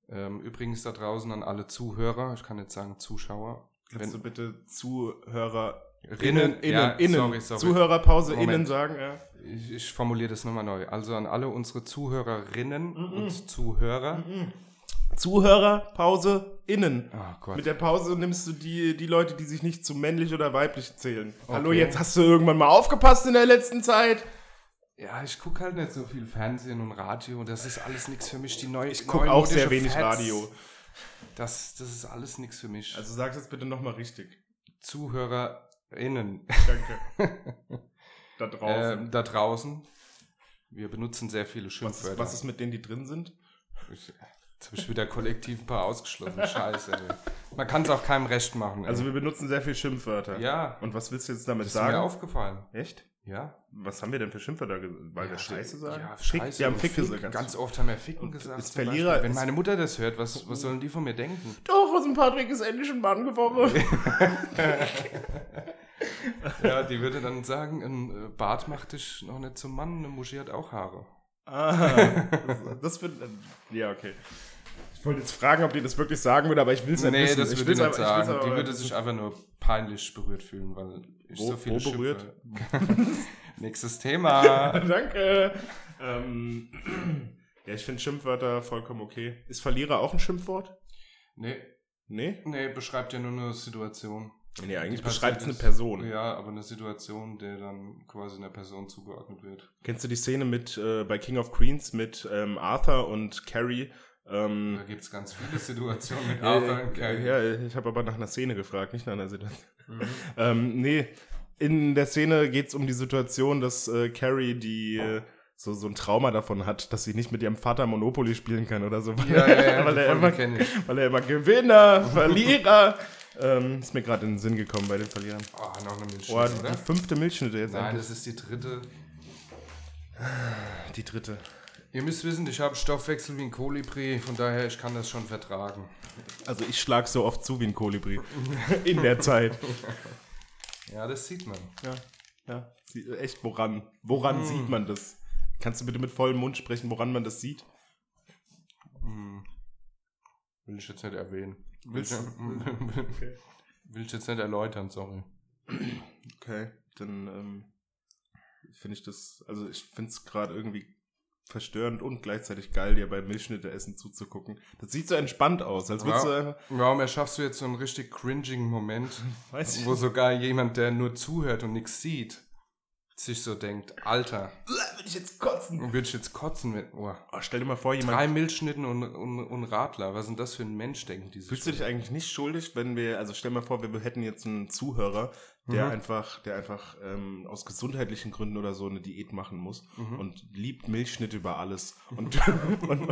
Speaker 2: Ähm, übrigens da draußen an alle Zuhörer, ich kann jetzt sagen Zuschauer.
Speaker 1: kannst
Speaker 2: Wenn-
Speaker 1: du bitte Zuhörer.
Speaker 2: Rinnen,
Speaker 1: innen,
Speaker 2: ja,
Speaker 1: innen.
Speaker 2: sorry, sorry.
Speaker 1: Zuhörerpause
Speaker 2: Moment.
Speaker 1: innen sagen, ja.
Speaker 2: Ich, ich formuliere das nochmal neu. Also an alle unsere Zuhörerinnen
Speaker 1: Mhm.
Speaker 2: und Zuhörer.
Speaker 1: Zuhörerpause innen.
Speaker 2: Oh Gott.
Speaker 1: Mit der Pause nimmst du die, die Leute, die sich nicht zu männlich oder weiblich zählen. Hallo,
Speaker 2: Okay.
Speaker 1: jetzt hast du irgendwann mal aufgepasst in der letzten Zeit.
Speaker 2: Ja, ich gucke halt nicht so viel Fernsehen und Radio. Das ist alles nichts für mich. Die neue Ich
Speaker 1: Guck auch sehr wenig Radio.
Speaker 2: Das, das ist alles nichts für mich. Also
Speaker 1: Also sag das bitte nochmal richtig.
Speaker 2: ZuhörerInnen
Speaker 1: Danke.
Speaker 2: <laughs>
Speaker 1: da draußen.
Speaker 2: äh, da draußen. Wir benutzen sehr viele
Speaker 1: was,
Speaker 2: Schimpfwörter.
Speaker 1: ist, was ist mit denen, die drin sind?
Speaker 2: Ich, jetzt habe ich wieder kollektiv ein paar ausgeschlossen. Scheiße, ey. Man kann es auch keinem recht machen. Ey.
Speaker 1: Also wir benutzen sehr viel Schimpfwörter.
Speaker 2: ja,
Speaker 1: Und was willst du jetzt damit
Speaker 2: das ist mir
Speaker 1: sagen?
Speaker 2: aufgefallen.
Speaker 1: Echt?
Speaker 2: Ja.
Speaker 1: Was haben wir denn für Schimpfwörter? ge- Weil
Speaker 2: ja,
Speaker 1: wir Scheiße sagen?
Speaker 2: Ja,
Speaker 1: Fick,
Speaker 2: Scheiße.
Speaker 1: Wir haben
Speaker 2: und
Speaker 1: Fick gesagt.
Speaker 2: Ganz, oft haben wir Ficken
Speaker 1: Und
Speaker 2: gesagt.
Speaker 1: ist
Speaker 2: zum
Speaker 1: Verlierer-
Speaker 2: Beispiel. Wenn
Speaker 1: ist-
Speaker 2: meine Mutter das hört, was, was sollen die von mir denken?
Speaker 1: Doch, aus dem Patrick ist endlich ein Mann geworden.
Speaker 2: <laughs> Ja, die würde dann sagen, ein äh, Bart macht dich noch nicht zum Mann, eine Muschi hat auch Haare.
Speaker 1: ah, das- das wird... äh, Ja, okay. Ich wollte jetzt fragen, ob die das wirklich sagen würde, aber ich will es nicht
Speaker 2: nee,
Speaker 1: wissen.
Speaker 2: das
Speaker 1: ich
Speaker 2: würde ich
Speaker 1: will's
Speaker 2: nicht
Speaker 1: aber- ich will's
Speaker 2: sagen. Die
Speaker 1: aber-
Speaker 2: würde sich einfach nur peinlich berührt fühlen, weil ich
Speaker 1: Wo-
Speaker 2: so viele
Speaker 1: wo berührt?
Speaker 2: <laughs>
Speaker 1: <laughs>
Speaker 2: Schimpfwörter- Nächstes Thema.
Speaker 1: Danke. Ähm, <clears throat> Ja, ich finde Schimpfwörter vollkommen okay. Ist Verlierer auch ein Schimpfwort?
Speaker 2: Nee,
Speaker 1: Nee?
Speaker 2: nee, beschreibt ja nur eine Situation.
Speaker 1: Nee, eigentlich
Speaker 2: Die
Speaker 1: beschreibt es eine
Speaker 2: passiert ist.
Speaker 1: Person.
Speaker 2: Ja, aber eine Situation, der dann quasi einer Person zugeordnet wird.
Speaker 1: Kennst du die Szene mit äh, bei King of Queens mit ähm, Arthur und Carrie? Ähm,
Speaker 2: Da gibt es ganz viele Situationen
Speaker 1: <laughs>
Speaker 2: mit
Speaker 1: ja,
Speaker 2: Arthur und Carrie.
Speaker 1: Äh, ja, ich habe aber nach einer Szene gefragt, nicht nach einer Situation. <laughs>
Speaker 2: Mhm.
Speaker 1: Ähm, nee, in der Szene geht es um die Situation, dass äh, Carrie die äh, so, so ein Trauma davon hat, dass sie nicht mit ihrem Vater Monopoly spielen kann oder so, weil,
Speaker 2: Ja, ja,
Speaker 1: <laughs>
Speaker 2: ja,
Speaker 1: weil,
Speaker 2: die
Speaker 1: er,
Speaker 2: Folge
Speaker 1: immer,
Speaker 2: kenn ich.
Speaker 1: weil er immer Gewinner, Verlierer. <laughs> ähm, ist mir gerade in den Sinn gekommen bei den Verlierern.
Speaker 2: Oh, noch eine
Speaker 1: Boah,
Speaker 2: Milchschnitte,
Speaker 1: die,
Speaker 2: oder?
Speaker 1: die fünfte Milchschnitte jetzt
Speaker 2: Nein,
Speaker 1: eigentlich.
Speaker 2: das ist die dritte.
Speaker 1: Die dritte.
Speaker 2: Ihr müsst wissen, ich habe Stoffwechsel wie ein Kolibri, von daher, ich kann das schon vertragen.
Speaker 1: Also ich schlag so oft zu wie ein Kolibri. <laughs> In der Zeit.
Speaker 2: Ja, das sieht man.
Speaker 1: Ja, ja. Hm. Sie, äh, echt, woran? Woran sieht man das? Kannst du bitte mit vollem Mund sprechen, woran man das sieht?
Speaker 2: Mhm. Will ich jetzt nicht erwähnen. Will ich,
Speaker 1: Willst
Speaker 2: <laughs> will ich jetzt nicht erläutern, sorry.
Speaker 1: Okay, dann ähm, finde ich das, also ich finde es gerade irgendwie verstörend und gleichzeitig geil, dir bei Milchschnitte essen zuzugucken. Das sieht so entspannt aus, als würdest du
Speaker 2: Wow.
Speaker 1: einfach,
Speaker 2: Warum erschaffst du jetzt so einen richtig cringing
Speaker 1: <laughs>
Speaker 2: Moment,
Speaker 1: weiß ich,
Speaker 2: wo sogar jemand, der nur zuhört und nichts sieht, sich so denkt, Alter,
Speaker 1: will ich jetzt kotzen.
Speaker 2: würde ich jetzt kotzen mit... Oh.
Speaker 1: Oh, stell dir mal vor, jemand
Speaker 2: Drei Milchschnitten und, und, und Radler. Was ist denn das für ein Mensch, denken diese
Speaker 1: Fühlst du dich eigentlich nicht schuldig, wenn wir, also stell mal vor, wir hätten jetzt einen Zuhörer, der
Speaker 2: Mhm.
Speaker 1: einfach, der einfach ähm, aus gesundheitlichen Gründen oder so eine Diät machen muss
Speaker 2: Mhm.
Speaker 1: und liebt Milchschnitte über alles. Und, <laughs> und,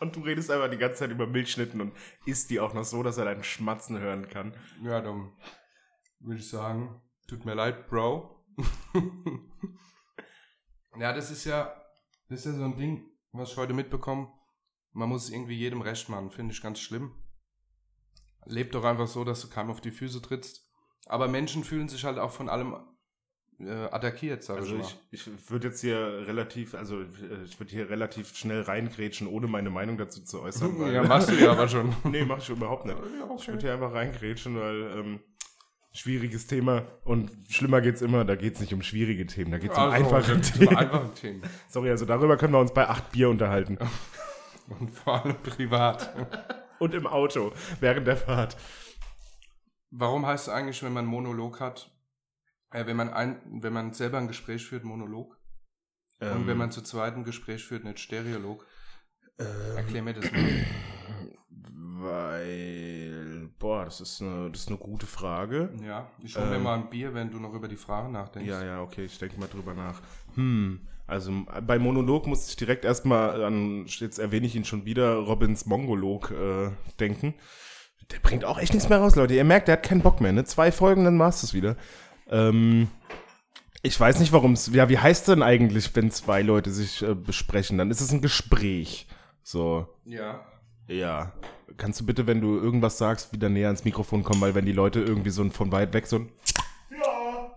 Speaker 1: und du redest einfach die ganze Zeit über Milchschnitten und isst die auch noch so, dass er deinen Schmatzen hören kann.
Speaker 2: Ja, dann würde ich sagen, tut mir leid, Bro. <laughs> ja, das ist ja, das ist ja so ein Ding, was ich heute mitbekomme. Man muss irgendwie jedem recht machen, finde ich ganz schlimm. Leb doch einfach so, dass du keinem auf die Füße trittst. Aber Menschen fühlen sich halt auch von allem äh, attackiert, sage
Speaker 1: Also
Speaker 2: ich mal.
Speaker 1: ich, ich würde jetzt hier relativ, also äh, ich würde hier relativ schnell reingrätschen, ohne meine Meinung dazu zu äußern. weil-
Speaker 2: <laughs> ja, machst du ja aber <laughs> schon.
Speaker 1: <laughs> Nee, mach ich überhaupt nicht. Ich würde hier einfach reingrätschen, weil ähm, schwieriges Thema und schlimmer geht's immer, da geht's nicht um schwierige Themen, da geht's um
Speaker 2: Also,
Speaker 1: einfache
Speaker 2: Themen.
Speaker 1: Themen. <laughs>
Speaker 2: Einfache Themen.
Speaker 1: Sorry, also darüber können wir uns bei acht Bier
Speaker 2: <laughs>
Speaker 1: unterhalten.
Speaker 2: Und vor allem privat.
Speaker 1: Und im Auto, während der Fahrt.
Speaker 2: Warum heißt es eigentlich, wenn man einen Monolog hat, äh, wenn, man ein, wenn man selber ein Gespräch führt, Monolog? Und wenn man äh, zu zweit ein Gespräch führt, nicht Stereolog?
Speaker 1: Ähm,
Speaker 2: Erklär mir das <clears throat> mal.
Speaker 1: Weil, boah, das ist eine, das ist eine gute Frage.
Speaker 2: Ja, ich hole mir
Speaker 1: Ähm.
Speaker 2: mal ein Bier, wenn du noch über die Frage nachdenkst.
Speaker 1: Ja, ja, okay, ich denke mal drüber nach. Hm, also m- bei Monolog muss ich direkt erstmal an, jetzt erwähne ich ihn schon wieder, Robins Mongolog äh, denken. Der bringt auch echt nichts mehr raus, Leute. Ihr merkt, der hat keinen Bock mehr, ne? Zwei Folgen, dann war's das wieder. Ähm, ich weiß nicht, warum es. Ja, wie heißt denn eigentlich, wenn zwei Leute sich äh, besprechen? Dann ist es ein Gespräch. So,
Speaker 2: Ja.
Speaker 1: ja. Kannst du bitte, wenn du irgendwas sagst, wieder näher ans Mikrofon kommen, weil wenn die Leute irgendwie so ein von weit weg so ein. Ja.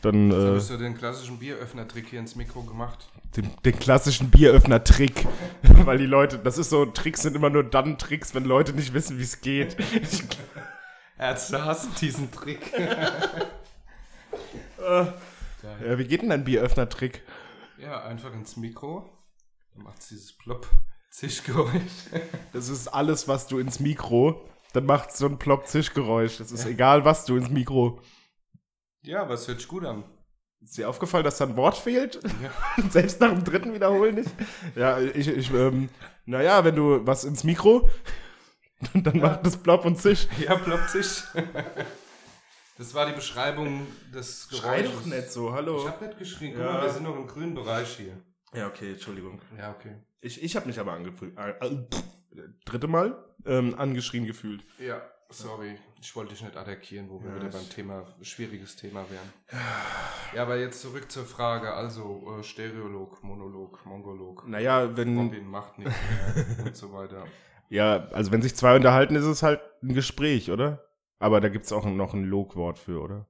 Speaker 1: Dann. Äh,
Speaker 2: Hast du den klassischen Bieröffner-Trick hier ins Mikro gemacht?
Speaker 1: den, den klassischen Bieröffner-Trick. <laughs> Weil die Leute, das ist so, Tricks sind immer nur dann Tricks, wenn Leute nicht wissen, wie es geht. Ich,
Speaker 2: Ärzte hassen diesen Trick.
Speaker 1: äh, wie geht denn ein Bieröffner-Trick?
Speaker 2: <laughs> ja, einfach ins Mikro. Dann macht dieses Plopp. <laughs> Zischgeräusch.
Speaker 1: Das ist alles, was du ins Mikro, dann macht so ein Plopp-Zisch-Geräusch. Das ist egal, was du ins Mikro.
Speaker 2: Ja, aber es hört sich gut an.
Speaker 1: Ist dir aufgefallen, dass da ein Wort fehlt?
Speaker 2: Ja.
Speaker 1: <laughs> Selbst nach dem dritten wiederholen nicht? Ja, ich, ich ähm, naja, wenn du was ins Mikro, <laughs> dann macht das Plopp und Zisch.
Speaker 2: Ja, Plopzisch. <laughs> Das war die Beschreibung des Geräusches.
Speaker 1: so,
Speaker 2: Ich
Speaker 1: hallo.
Speaker 2: hab nicht geschrien. Guck
Speaker 1: Ja.
Speaker 2: mal, wir sind noch im grünen Bereich hier.
Speaker 1: Ja, okay, Entschuldigung.
Speaker 2: Ja, okay.
Speaker 1: Ich, ich habe mich aber angefühlt. Äh, äh, pff, dritte Mal ähm, angeschrien gefühlt.
Speaker 2: Ja, sorry. Ich wollte dich nicht attackieren, wo wir
Speaker 1: Ja,
Speaker 2: wieder
Speaker 1: ich-
Speaker 2: beim Thema, schwieriges Thema wären. Ja, aber jetzt zurück zur Frage. Also, äh, Stereolog, Monolog, Mongolog.
Speaker 1: Naja, wenn.
Speaker 2: Robin macht nichts mehr <laughs> und so weiter.
Speaker 1: Ja, also wenn sich zwei unterhalten, ist es halt ein Gespräch, oder? Aber da gibt's auch noch ein Logwort für, oder?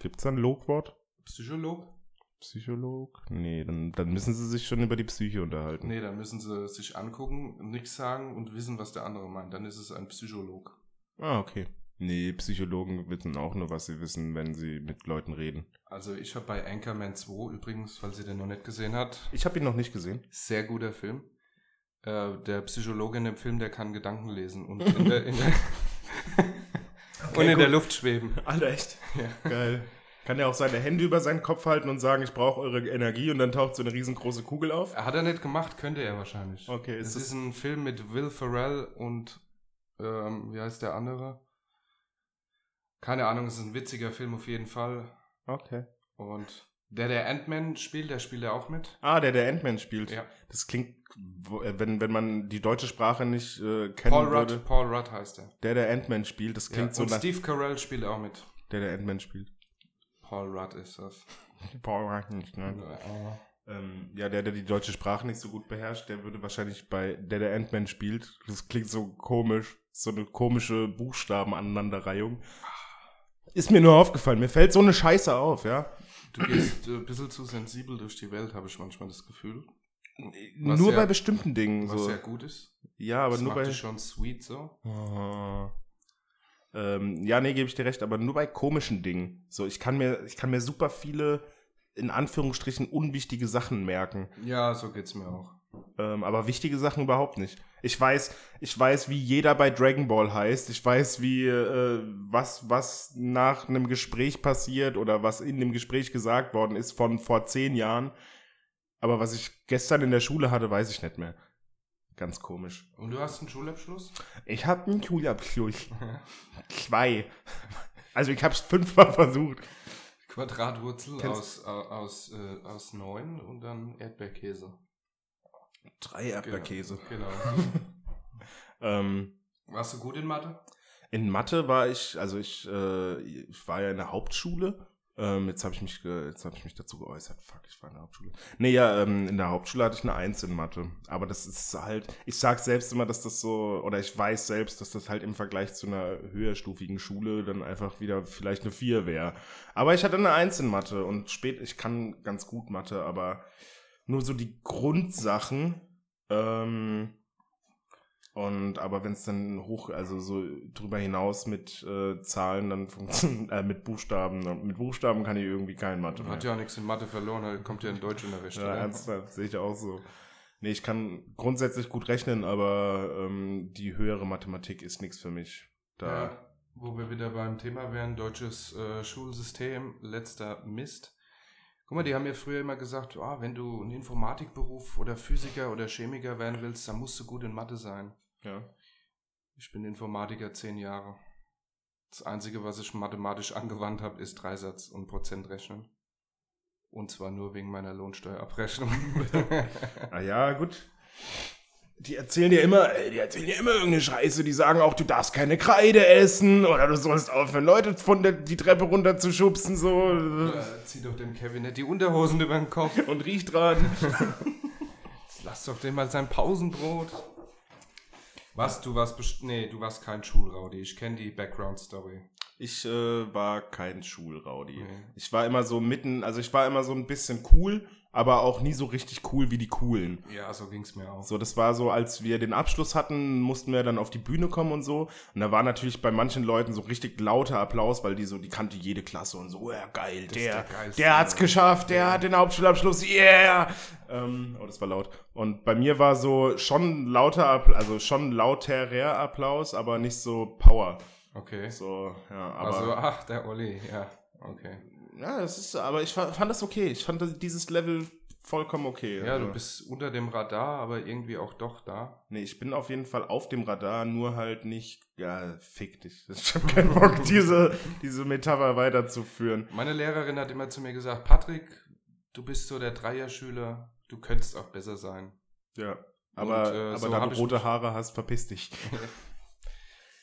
Speaker 1: Gibt's da ein Logwort?
Speaker 2: Psycholog?
Speaker 1: Psycholog? Nee, dann, dann müssen sie sich schon über die Psyche unterhalten.
Speaker 2: Nee, dann müssen sie sich angucken, nichts sagen und wissen, was der andere meint. Dann ist es ein Psycholog.
Speaker 1: Ah, okay. Nee, Psychologen wissen auch nur, was sie wissen, wenn sie mit Leuten reden.
Speaker 2: Also, ich habe bei Anchorman 2 übrigens, falls ihr den noch nicht gesehen habt,
Speaker 1: Ich habe ihn noch nicht gesehen.
Speaker 2: Sehr guter Film. äh, der Psychologe in dem Film, der kann Gedanken lesen und in der, in der,
Speaker 1: <laughs>
Speaker 2: <laughs> und in der Luft schweben.
Speaker 1: Alter, echt? Geil. Kann ja auch seine Hände über seinen Kopf halten und sagen, ich brauche eure Energie und dann taucht so eine riesengroße Kugel auf.
Speaker 2: Hat er nicht gemacht, könnte er wahrscheinlich.
Speaker 1: Okay,
Speaker 2: Es
Speaker 1: ist das,
Speaker 2: ist ein Film mit Will Ferrell und ähm, wie heißt der andere? Keine Ahnung, es ist ein witziger Film auf jeden Fall.
Speaker 1: okay.
Speaker 2: Und der, der Ant-Man spielt, der spielt ja auch mit.
Speaker 1: Ah, der der Ant-Man spielt.
Speaker 2: Ja.
Speaker 1: Das klingt, wo- äh, wenn, wenn man die deutsche Sprache nicht äh, kennen
Speaker 2: Paul
Speaker 1: würde.
Speaker 2: Rudd, Paul Rudd heißt er.
Speaker 1: Der der Ant-Man spielt, das klingt
Speaker 2: ja.
Speaker 1: so
Speaker 2: Und
Speaker 1: nach
Speaker 2: Steve Carell spielt auch mit.
Speaker 1: der der Ant-Man spielt.
Speaker 2: Paul Rudd ist das.
Speaker 1: Paul Rudd nicht, ne? Ähm, ja, der, der die deutsche Sprache nicht so gut beherrscht, der würde wahrscheinlich bei der der Ant-Man spielt. Das klingt so komisch, so eine komische Buchstabenaneinanderreihung. Ist mir nur aufgefallen, mir fällt so eine Scheiße auf, ja.
Speaker 2: Du gehst äh, ein bisschen zu sensibel durch die Welt, habe ich manchmal das Gefühl. Was
Speaker 1: nur
Speaker 2: ja-
Speaker 1: bei bestimmten Dingen
Speaker 2: Was
Speaker 1: so.
Speaker 2: ja gut ist.
Speaker 1: Ja, aber
Speaker 2: das
Speaker 1: nur
Speaker 2: macht
Speaker 1: bei
Speaker 2: dich schon sweet so.
Speaker 1: Oh. Ähm, ja, nee, gebe ich dir recht, aber nur bei komischen Dingen. So, ich kann mir ich kann mir super viele in Anführungsstrichen unwichtige Sachen merken.
Speaker 2: Ja, so geht's mir auch.
Speaker 1: Ähm, aber wichtige Sachen überhaupt nicht. Ich weiß, ich weiß, wie jeder bei Dragon Ball heißt. Ich weiß, wie äh, was was nach einem Gespräch passiert oder was in dem Gespräch gesagt worden ist von vor zehn Jahren. Aber was ich gestern in der Schule hatte, weiß ich nicht mehr. Ganz komisch.
Speaker 2: Und du hast einen Schulabschluss?
Speaker 1: Ich habe einen Schulabschluss. Zwei. Also ich habe es fünfmal versucht.
Speaker 2: Quadratwurzel
Speaker 1: Kennst-
Speaker 2: aus, au- aus, äh, aus neun und dann Erdbeerkäse.
Speaker 1: Drei
Speaker 2: Genau. <laughs>
Speaker 1: Ähm,
Speaker 2: Warst du gut in Mathe?
Speaker 1: in Mathe war ich, also ich, äh, ich war ja in der Hauptschule. Ähm, jetzt habe ich mich, ge- jetzt habe ich mich dazu geäußert. Fuck, ich war in der Hauptschule. Nee, ja, ähm, in der Hauptschule hatte ich eine Eins in Mathe. Aber das ist halt, ich sag selbst immer, dass das so, oder ich weiß selbst, dass das halt im Vergleich zu einer höherstufigen Schule dann einfach wieder vielleicht eine Vier wäre. Aber ich hatte eine Eins in Mathe und spät, ich kann ganz gut Mathe, aber nur so die Grundsachen. Ähm, und aber wenn es dann hoch, also so drüber hinaus mit äh, Zahlen, dann funktioniert, äh, mit Buchstaben, mit Buchstaben kann ich irgendwie kein Mathe
Speaker 2: Du
Speaker 1: mehr.
Speaker 2: hast ja auch nichts in Mathe verloren, halt kommt ja in Deutschunterricht.
Speaker 1: Ja,
Speaker 2: oder?
Speaker 1: ernsthaft, sehe ich auch so. Nee, ich kann grundsätzlich gut rechnen, aber ähm, die höhere Mathematik ist nichts für mich. Da,
Speaker 2: Ja, wo wir wieder beim Thema wären, deutsches äh, Schulsystem, letzter Mist. Guck mal, die haben ja früher immer gesagt, ah, wenn du einen Informatikberuf oder Physiker oder Chemiker werden willst, dann musst du gut in Mathe sein.
Speaker 1: ja.
Speaker 2: Ich bin Informatiker zehn Jahre. Das Einzige, was ich mathematisch angewandt habe, ist Dreisatz und Prozentrechnen. Und zwar nur wegen meiner Lohnsteuerabrechnung.
Speaker 1: Ah ja, gut. Die erzählen dir immer, ey, die erzählen dir immer irgendeine Scheiße. Die sagen auch, du darfst keine Kreide essen oder du sollst aufhören, Leute von der, die Treppe runter zu schubsen so
Speaker 2: Äh, Zieh doch dem Kevin nicht die Unterhosen über den Kopf.
Speaker 1: und riech dran.
Speaker 2: Lass doch den mal sein Pausenbrot. Was, du warst best Nee, du warst kein Schulraudi. Ich kenne die Background-Story.
Speaker 1: Ich äh, war kein Schulraudi.
Speaker 2: Nee.
Speaker 1: Ich war immer so mitten, also ich war immer so ein bisschen cool, aber auch nie so richtig cool wie die Coolen.
Speaker 2: Ja, so ging's mir auch.
Speaker 1: So, das war so, als wir den Abschluss hatten, mussten wir dann auf die Bühne kommen und so. Und da war natürlich bei manchen Leuten so richtig lauter Applaus, weil die so, die kannte jede Klasse und so, oh ja geil,
Speaker 2: ist
Speaker 1: der,
Speaker 2: der Geilste,
Speaker 1: der hat's
Speaker 2: ja.
Speaker 1: geschafft, der hat den Hauptschulabschluss, yeah! Ähm, oh, das war laut. Und bei mir war so schon lauter, Appl- also schon lauterer Applaus, aber nicht so Power.
Speaker 2: Okay.
Speaker 1: So, ja, aber.
Speaker 2: Also, ach, der Olli. Ja, okay.
Speaker 1: ja, das ist, aber ich fa- fand das okay. Ich fand das- dieses Level vollkommen okay.
Speaker 2: Ja,
Speaker 1: Also-
Speaker 2: du bist unter dem Radar, aber irgendwie auch doch da.
Speaker 1: Nee, ich bin auf jeden Fall auf dem Radar, nur halt nicht. Ja, fick dich. <laughs> Ich habe keinen Bock, diese, diese Metapher weiterzuführen.
Speaker 2: Meine Lehrerin hat immer zu mir gesagt, Patrick, du bist so der Dreierschüler. Du könntest auch besser sein.
Speaker 1: Ja. Aber,
Speaker 2: Und, äh,
Speaker 1: aber
Speaker 2: so
Speaker 1: da
Speaker 2: hab
Speaker 1: du
Speaker 2: ich
Speaker 1: rote Haare hast, verpiss
Speaker 2: <laughs>
Speaker 1: dich.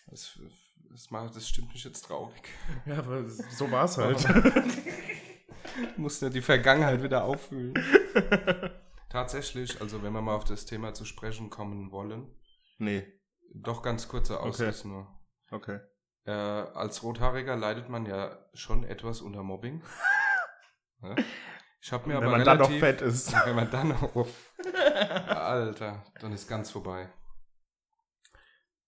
Speaker 2: Das, das, macht, das stimmt mich jetzt traurig.
Speaker 1: Ja, aber so war's halt.
Speaker 2: <laughs> muss ja die Vergangenheit wieder auffüllen. Tatsächlich, also wenn wir mal auf das Thema zu sprechen kommen wollen,
Speaker 1: <laughs> nee,
Speaker 2: doch ganz kurzer Ausriss nur.
Speaker 1: okay.
Speaker 2: Äh, als Rothaariger leidet man ja schon etwas unter
Speaker 1: <laughs>
Speaker 2: Mobbing. Ja? Ich habe mir
Speaker 1: Wenn
Speaker 2: aber
Speaker 1: man dann noch
Speaker 2: relativ,
Speaker 1: fett ist.
Speaker 2: <laughs> wenn man dann noch, oh,
Speaker 1: <laughs>
Speaker 2: Alter, dann ist ganz vorbei.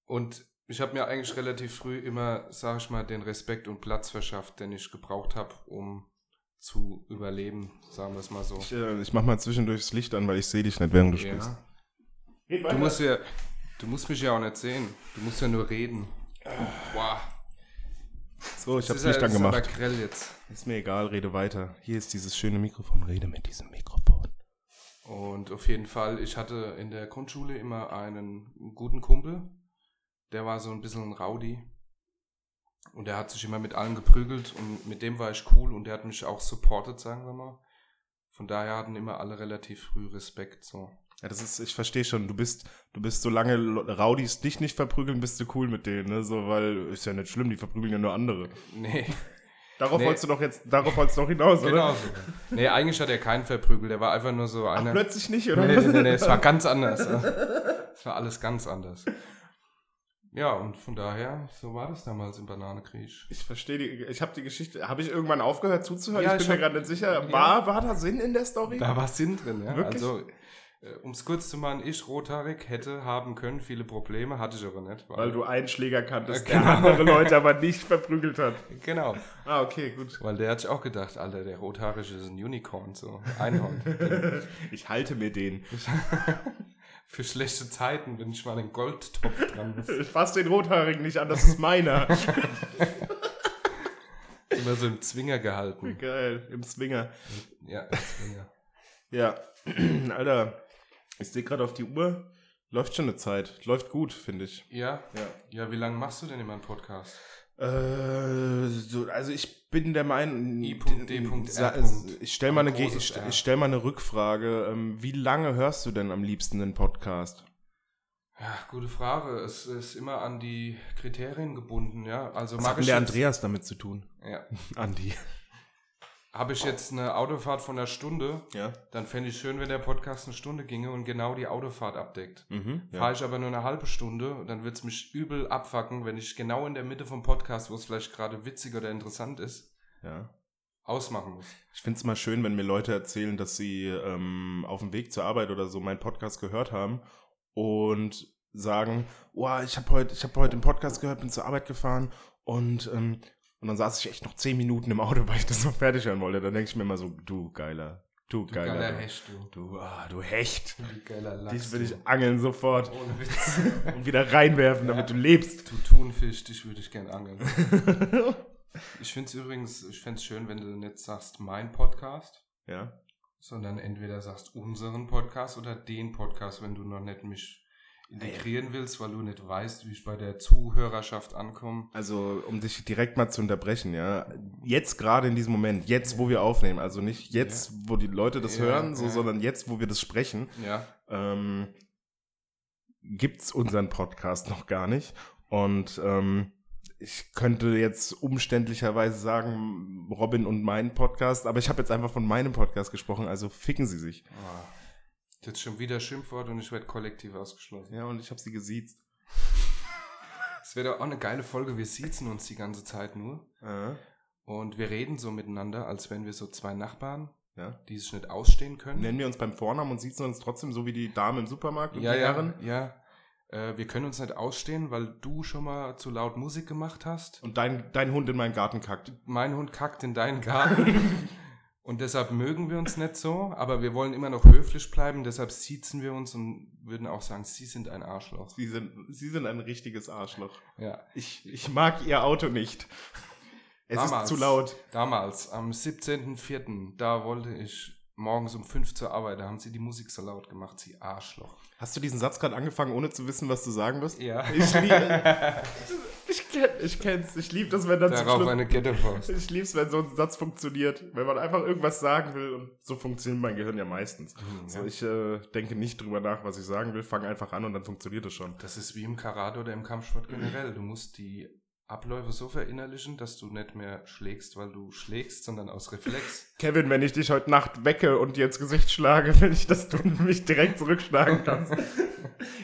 Speaker 2: Und ich habe mir eigentlich relativ früh immer, sag ich mal, den Respekt und Platz verschafft, den ich gebraucht habe, um zu überleben, sagen wir es mal so.
Speaker 1: Ich, äh, ich mach mal zwischendurch das Licht an, weil ich sehe dich nicht, während du
Speaker 2: Ja.
Speaker 1: spielst. Geht
Speaker 2: Du
Speaker 1: weiter.
Speaker 2: musst ja, du musst mich ja auch nicht sehen. Du musst ja nur reden.
Speaker 1: Ah.
Speaker 2: Wow.
Speaker 1: so, ich
Speaker 2: Das
Speaker 1: hab's
Speaker 2: ist
Speaker 1: nicht dann
Speaker 2: ja- das ist
Speaker 1: gemacht.
Speaker 2: Aber grell jetzt.
Speaker 1: Ist mir egal, rede weiter. Hier ist dieses schöne Mikrofon. Rede mit diesem Mikrofon.
Speaker 2: Und auf jeden Fall, ich hatte in der Grundschule immer einen guten Kumpel. Der war so ein bisschen ein Rowdy. Und der hat sich immer mit allen geprügelt und mit dem war ich cool und der hat mich auch supportet, sagen wir mal. Von daher hatten immer alle relativ früh Respekt. So. <laughs>
Speaker 1: Ja, das ist, ich verstehe schon, du bist, du bist, solange Lo- Raudis dich nicht verprügeln, bist du cool mit denen, ne? So, weil ist ja nicht schlimm, die verprügeln ja nur andere.
Speaker 2: Nee,
Speaker 1: Darauf
Speaker 2: Nee.
Speaker 1: wolltest du doch jetzt, darauf wolltest du doch hinaus,
Speaker 2: genau
Speaker 1: oder?
Speaker 2: so. Nee, eigentlich hat er keinen verprügelt, der war einfach nur so
Speaker 1: Ach,
Speaker 2: einer.
Speaker 1: plötzlich nicht, oder?
Speaker 2: ne. Nee, nee, nee, nee, es war ganz anders. ne? Es war alles ganz anders. Ja, und von daher, so war das damals im Bananenkrieg.
Speaker 1: Ich verstehe die, ich habe die Geschichte, habe ich irgendwann aufgehört zuzuhören?
Speaker 2: Ja,
Speaker 1: ich bin
Speaker 2: ich
Speaker 1: mir
Speaker 2: hab-
Speaker 1: gerade nicht sicher.
Speaker 2: Ja.
Speaker 1: War, war da Sinn in der Story?
Speaker 2: <laughs> Da war Sinn drin, ja.
Speaker 1: Wirklich?
Speaker 2: Also, um es kurz zu machen, ich, rothaarig, hätte haben können viele Probleme, hatte ich aber nicht.
Speaker 1: Weil du einen Schläger kanntest,
Speaker 2: Ja,
Speaker 1: der
Speaker 2: genau.
Speaker 1: andere Leute aber nicht verprügelt hat.
Speaker 2: Genau,
Speaker 1: Ah, okay, gut.
Speaker 2: weil der hat sich auch gedacht, Alter, der Rothaarische ist ein Unicorn, so
Speaker 1: <laughs>
Speaker 2: Einhorn.
Speaker 1: Ich halte mir
Speaker 2: <laughs>
Speaker 1: den.
Speaker 2: Für schlechte Zeiten, wenn ich mal einen Goldtopf dran muss.
Speaker 1: Ich fass den Rothaarigen nicht an, das ist
Speaker 2: <laughs>
Speaker 1: meiner.
Speaker 2: Immer so im Zwinger gehalten.
Speaker 1: Geil, im Swinger.
Speaker 2: Ja, im Zwinger.
Speaker 1: Ja, <clears throat> Alter, ich sehe gerade auf die Uhr. Läuft schon eine Zeit. Läuft gut, finde ich.
Speaker 2: Ja,
Speaker 1: Ja.
Speaker 2: ja, wie lange machst du denn immer einen Podcast?
Speaker 1: Äh, so, also ich bin der Meinung,
Speaker 2: I.D.R.
Speaker 1: Sa- ich stell mal eine, Ge- ich,
Speaker 2: Großes R.
Speaker 1: ich stell mal eine Rückfrage. Ähm, Wie lange hörst du denn am liebsten den Podcast?
Speaker 2: Ja, gute Frage. Es ist immer an die Kriterien gebunden, ja. Also
Speaker 1: Was hat
Speaker 2: mag
Speaker 1: denn
Speaker 2: ich
Speaker 1: der
Speaker 2: jetzt,
Speaker 1: Andreas damit zu tun?
Speaker 2: ja,
Speaker 1: <laughs> Andi.
Speaker 2: habe ich jetzt eine Autofahrt von einer Stunde,
Speaker 1: Ja.
Speaker 2: dann fände ich schön, wenn der Podcast eine Stunde ginge und genau die Autofahrt abdeckt.
Speaker 1: Mhm. ja.
Speaker 2: Fahre ich aber nur eine halbe Stunde, dann wird es mich übel abfacken, wenn ich genau in der Mitte vom Podcast, wo es vielleicht gerade witzig oder interessant ist,
Speaker 1: ja.
Speaker 2: ausmachen muss.
Speaker 1: Ich finde es mal schön, wenn mir Leute erzählen, dass sie ähm, auf dem Weg zur Arbeit oder so meinen Podcast gehört haben und sagen, wow, ich habe heute hab heut den Podcast gehört, bin zur Arbeit gefahren und, ähm, und dann saß ich echt noch zehn Minuten im Auto, <laughs> weil ich das noch fertig hören wollte. Dann denke ich mir immer so, du geiler, du,
Speaker 2: Du
Speaker 1: geiler,
Speaker 2: geiler,
Speaker 1: du.
Speaker 2: Hecht, du.
Speaker 1: du, ah, du Hecht.
Speaker 2: Du geiler Lachs,
Speaker 1: Dich will
Speaker 2: <laughs> du.
Speaker 1: ich angeln sofort
Speaker 2: Ohne Witz.
Speaker 1: <laughs> und wieder reinwerfen, damit du lebst.
Speaker 2: Du Thunfisch, dich würde ich gern
Speaker 1: <laughs>
Speaker 2: angeln. ich finde es übrigens, ich fände es schön, wenn du nicht sagst mein Podcast,
Speaker 1: Ja,
Speaker 2: sondern entweder sagst unseren Podcast oder den Podcast, wenn du noch nicht mich integrieren willst, weil du nicht weißt, wie ich bei der Zuhörerschaft ankomme.
Speaker 1: also um dich direkt mal zu unterbrechen, ja, jetzt gerade in diesem Moment, jetzt, wo wir aufnehmen, also nicht jetzt, wo die Leute das
Speaker 2: Ja,
Speaker 1: hören, so,
Speaker 2: ja.
Speaker 1: sondern jetzt, wo wir das sprechen,
Speaker 2: Ja,
Speaker 1: ähm, gibt's unseren Podcast noch gar nicht und ähm, ich könnte jetzt umständlicherweise sagen, Robin und mein Podcast, aber ich habe jetzt einfach von meinem Podcast gesprochen, also ficken sie sich.
Speaker 2: Ah. jetzt schon wieder Schimpfwort und ich werde kollektiv ausgeschlossen.
Speaker 1: Ja, und ich habe sie gesiezt.
Speaker 2: Es wäre doch auch eine geile Folge, wir siezen uns die ganze Zeit nur
Speaker 1: Äh,
Speaker 2: und wir reden so miteinander, als wären wir so zwei Nachbarn,
Speaker 1: ja.
Speaker 2: die sich nicht ausstehen können.
Speaker 1: Nennen wir uns beim Vornamen und siezen uns trotzdem so wie die Dame im Supermarkt und
Speaker 2: Ja,
Speaker 1: die
Speaker 2: ja,
Speaker 1: Herren.
Speaker 2: ja. Äh, wir können uns nicht ausstehen, weil du schon mal zu laut Musik gemacht hast.
Speaker 1: Und dein, dein Hund in meinen Garten kackt.
Speaker 2: Mein Hund kackt in
Speaker 1: <laughs>
Speaker 2: deinen Garten. und deshalb mögen wir uns nicht so, aber wir wollen immer noch höflich bleiben. Deshalb siezen wir uns und würden auch sagen, sie sind ein Arschloch.
Speaker 1: Sie sind, sie sind ein richtiges Arschloch.
Speaker 2: Ja.
Speaker 1: Ich, ich mag ihr Auto nicht. Es
Speaker 2: Damals.
Speaker 1: ist zu laut.
Speaker 2: Damals, am 17.04., da wollte ich morgens um 5 zur Arbeit, da haben sie die Musik so laut gemacht, sie Arschloch.
Speaker 1: Hast du diesen Satz gerade angefangen, ohne zu wissen, was du sagen wirst?
Speaker 2: Ja.
Speaker 1: Ich liebe.
Speaker 2: <laughs>
Speaker 1: ich, kenn, ich kenn's. Ich liebe das, wenn dann zum
Speaker 2: Darauf
Speaker 1: Schluss,
Speaker 2: eine Ghetto-Faust.
Speaker 1: Ich lieb's, wenn so ein Satz funktioniert. Wenn man einfach irgendwas sagen will und so funktioniert mein Gehirn ja meistens. Also
Speaker 2: Mhm, Ja.
Speaker 1: ich äh, denke nicht drüber nach, was ich sagen will, fange einfach an und dann funktioniert es schon.
Speaker 2: Das ist wie im Karate oder im Kampfsport generell. Du musst die Abläufe so verinnerlichen, dass du nicht mehr schlägst, weil du schlägst, sondern aus Reflex.
Speaker 1: Kevin, wenn ich dich heute Nacht wecke und dir ins Gesicht schlage, <laughs> will ich, dass du mich direkt zurückschlagen
Speaker 2: <laughs>
Speaker 1: kannst.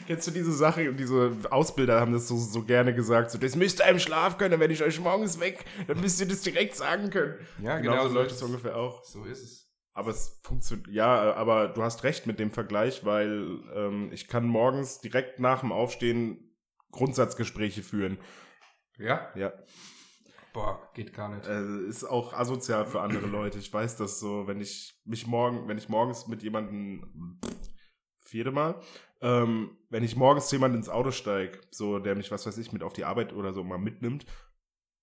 Speaker 1: Kennst du diese Sache, diese Ausbilder haben das so, so gerne gesagt, so, das müsst ihr im Schlaf können, wenn ich euch morgens weg, dann müsst ihr das direkt sagen können.
Speaker 2: Ja, genau
Speaker 1: Genauso
Speaker 2: so
Speaker 1: läuft
Speaker 2: ist
Speaker 1: es
Speaker 2: es.
Speaker 1: ungefähr auch.
Speaker 2: So ist es.
Speaker 1: Aber es funktioniert, ja, aber du hast recht mit dem Vergleich, weil ähm, ich kann morgens direkt nach dem Aufstehen Grundsatzgespräche führen.
Speaker 2: Ja?
Speaker 1: Ja,
Speaker 2: Boah, geht gar nicht.
Speaker 1: äh, ist auch asozial für andere Leute. Ich weiß das so, wenn ich mich morgen, wenn ich morgens mit jemandem vierte Mal, ähm, wenn ich morgens zu jemand ins Auto steige, so der mich, was weiß ich, mit auf die Arbeit oder so mal mitnimmt,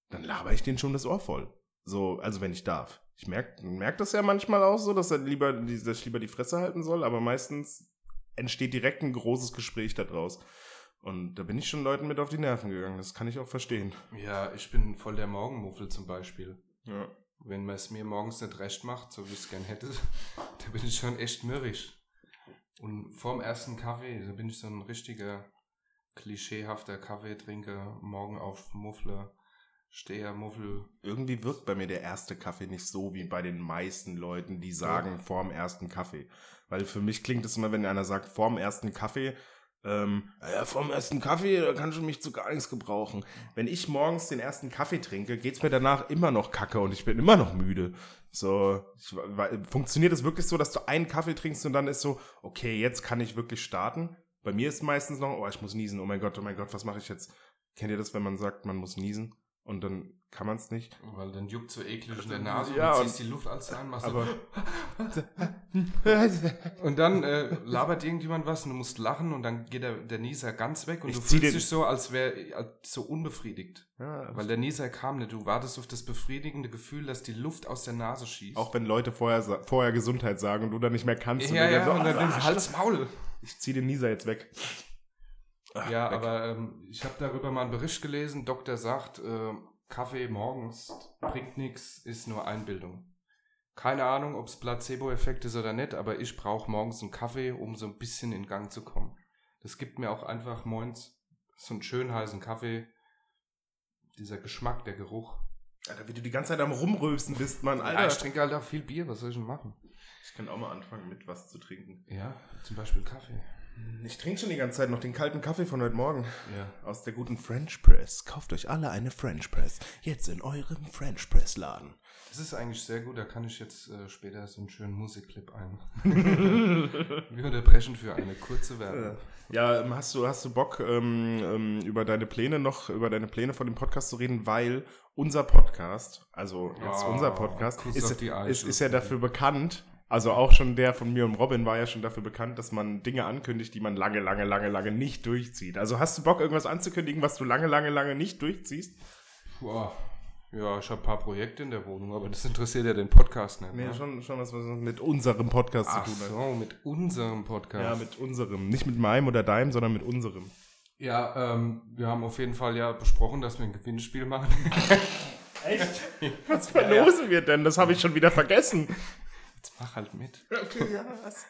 Speaker 1: dann laber ich den schon das Ohr voll. So, also wenn ich darf. Ich merke merk das ja manchmal auch so, dass, er lieber, die- dass ich lieber die Fresse halten soll, aber meistens entsteht direkt ein großes Gespräch daraus. Und da bin ich schon Leuten mit auf die Nerven gegangen. Das kann ich auch verstehen.
Speaker 2: Ja, ich bin voll der Morgenmuffel zum Beispiel.
Speaker 1: Ja.
Speaker 2: Wenn man es mir morgens nicht recht macht, so wie ich es gern hätte, <laughs> da bin ich schon echt mürrisch. Und vorm ersten Kaffee, da bin ich so ein richtiger klischeehafter Kaffeetrinker, morgen auf Muffler, Steher, Muffel.
Speaker 1: Irgendwie wirkt bei mir der erste Kaffee nicht so wie bei den meisten Leuten, die sagen vorm ersten Kaffee. Weil für mich klingt es immer, wenn einer sagt vorm ersten Kaffee, ähm, ja, vorm ersten Kaffee, da kann ich mich zu gar nichts gebrauchen. Wenn ich morgens den ersten Kaffee trinke, geht's mir danach immer noch kacke und ich bin immer noch müde. So, ich, weil, funktioniert es wirklich so, dass du einen Kaffee trinkst und dann ist so, okay, jetzt kann ich wirklich starten? Bei mir ist meistens noch, oh, ich muss niesen, oh mein Gott, oh mein Gott, was mache ich jetzt? Kennt ihr das, wenn man sagt, man muss niesen und dann kann man es nicht?
Speaker 2: Weil dann juckt so eklig in der Nase
Speaker 1: Also, Ja,
Speaker 2: und
Speaker 1: und-
Speaker 2: ziehst die Luft alles rein,
Speaker 1: <laughs>
Speaker 2: machst
Speaker 1: Aber.
Speaker 2: so. Und dann äh, labert irgendjemand was und du musst lachen und dann geht der, der Nieser ganz weg und
Speaker 1: Ich
Speaker 2: du
Speaker 1: zieh
Speaker 2: fühlst
Speaker 1: den-
Speaker 2: dich so, als wäre so unbefriedigt.
Speaker 1: ja,
Speaker 2: Weil der Nieser kam nicht. Du wartest auf das befriedigende Gefühl, dass die Luft aus der Nase schießt.
Speaker 1: auch wenn Leute vorher, sa- vorher Gesundheit sagen und du dann nicht mehr kannst.
Speaker 2: ja,
Speaker 1: und
Speaker 2: ja,
Speaker 1: so,
Speaker 2: und dann
Speaker 1: ah,
Speaker 2: denkst du, halt's Maul.
Speaker 1: Ich zieh den Nieser jetzt weg.
Speaker 2: Ja, aber ähm, ich habe darüber mal einen Bericht gelesen. Doktor sagt, äh, Kaffee morgens bringt nichts, ist nur Einbildung. Keine Ahnung, ob es Placebo-Effekt ist oder nicht, aber ich brauche morgens einen Kaffee, um so ein bisschen in Gang zu kommen. Das gibt mir auch einfach moins so einen schönen heißen Kaffee. Dieser Geschmack, der Geruch.
Speaker 1: Alter, wie du die ganze Zeit am Rumröbsen bist, Mann. Alter.
Speaker 2: Ja, ich trinke halt auch viel Bier, was soll ich denn machen?
Speaker 1: ich kann auch mal anfangen, mit was zu trinken.
Speaker 2: Ja, zum Beispiel Kaffee.
Speaker 1: Ich trinke schon die ganze Zeit noch den kalten Kaffee von heute Morgen.
Speaker 2: Ja.
Speaker 1: Aus der guten French Press. Kauft euch alle eine French Press. Jetzt in eurem French Press Laden.
Speaker 2: Das ist eigentlich sehr gut, da kann ich jetzt äh, später so einen schönen
Speaker 1: <laughs>
Speaker 2: Musikclip ein. Wir unterbrechen für eine kurze Werbung.
Speaker 1: Ja, ähm, hast du, hast du Bock, ähm, ähm, über deine Pläne noch, über deine Pläne von dem Podcast zu reden, weil unser Podcast, also jetzt
Speaker 2: Oh,
Speaker 1: unser Podcast,
Speaker 2: Kuss auf
Speaker 1: ist,
Speaker 2: die Eichel.
Speaker 1: ist, ist ja dafür bekannt, also auch schon der von mir und Robin war ja schon dafür bekannt, dass man Dinge ankündigt, die man lange, lange, lange, lange nicht durchzieht. Also hast du Bock, irgendwas anzukündigen, was du lange, lange, lange nicht durchziehst?
Speaker 2: Boah. ah. Ja, ich habe ein paar Projekte in der Wohnung, aber das interessiert ja den Podcast nicht.
Speaker 1: Nee,
Speaker 2: ne?
Speaker 1: schon, schon was, was mit unserem Podcast
Speaker 2: Ach
Speaker 1: zu tun hat.
Speaker 2: so, mit unserem
Speaker 1: Ja,
Speaker 2: Podcast.
Speaker 1: mit unserem. Nicht mit meinem oder deinem, sondern mit unserem.
Speaker 2: Ja, ähm, wir haben auf jeden Fall ja besprochen, dass wir ein Gewinnspiel machen. <laughs>
Speaker 1: Echt? Was verlosen wir denn? Das habe ich schon wieder vergessen.
Speaker 2: Jetzt mach halt mit.
Speaker 1: Ja, was,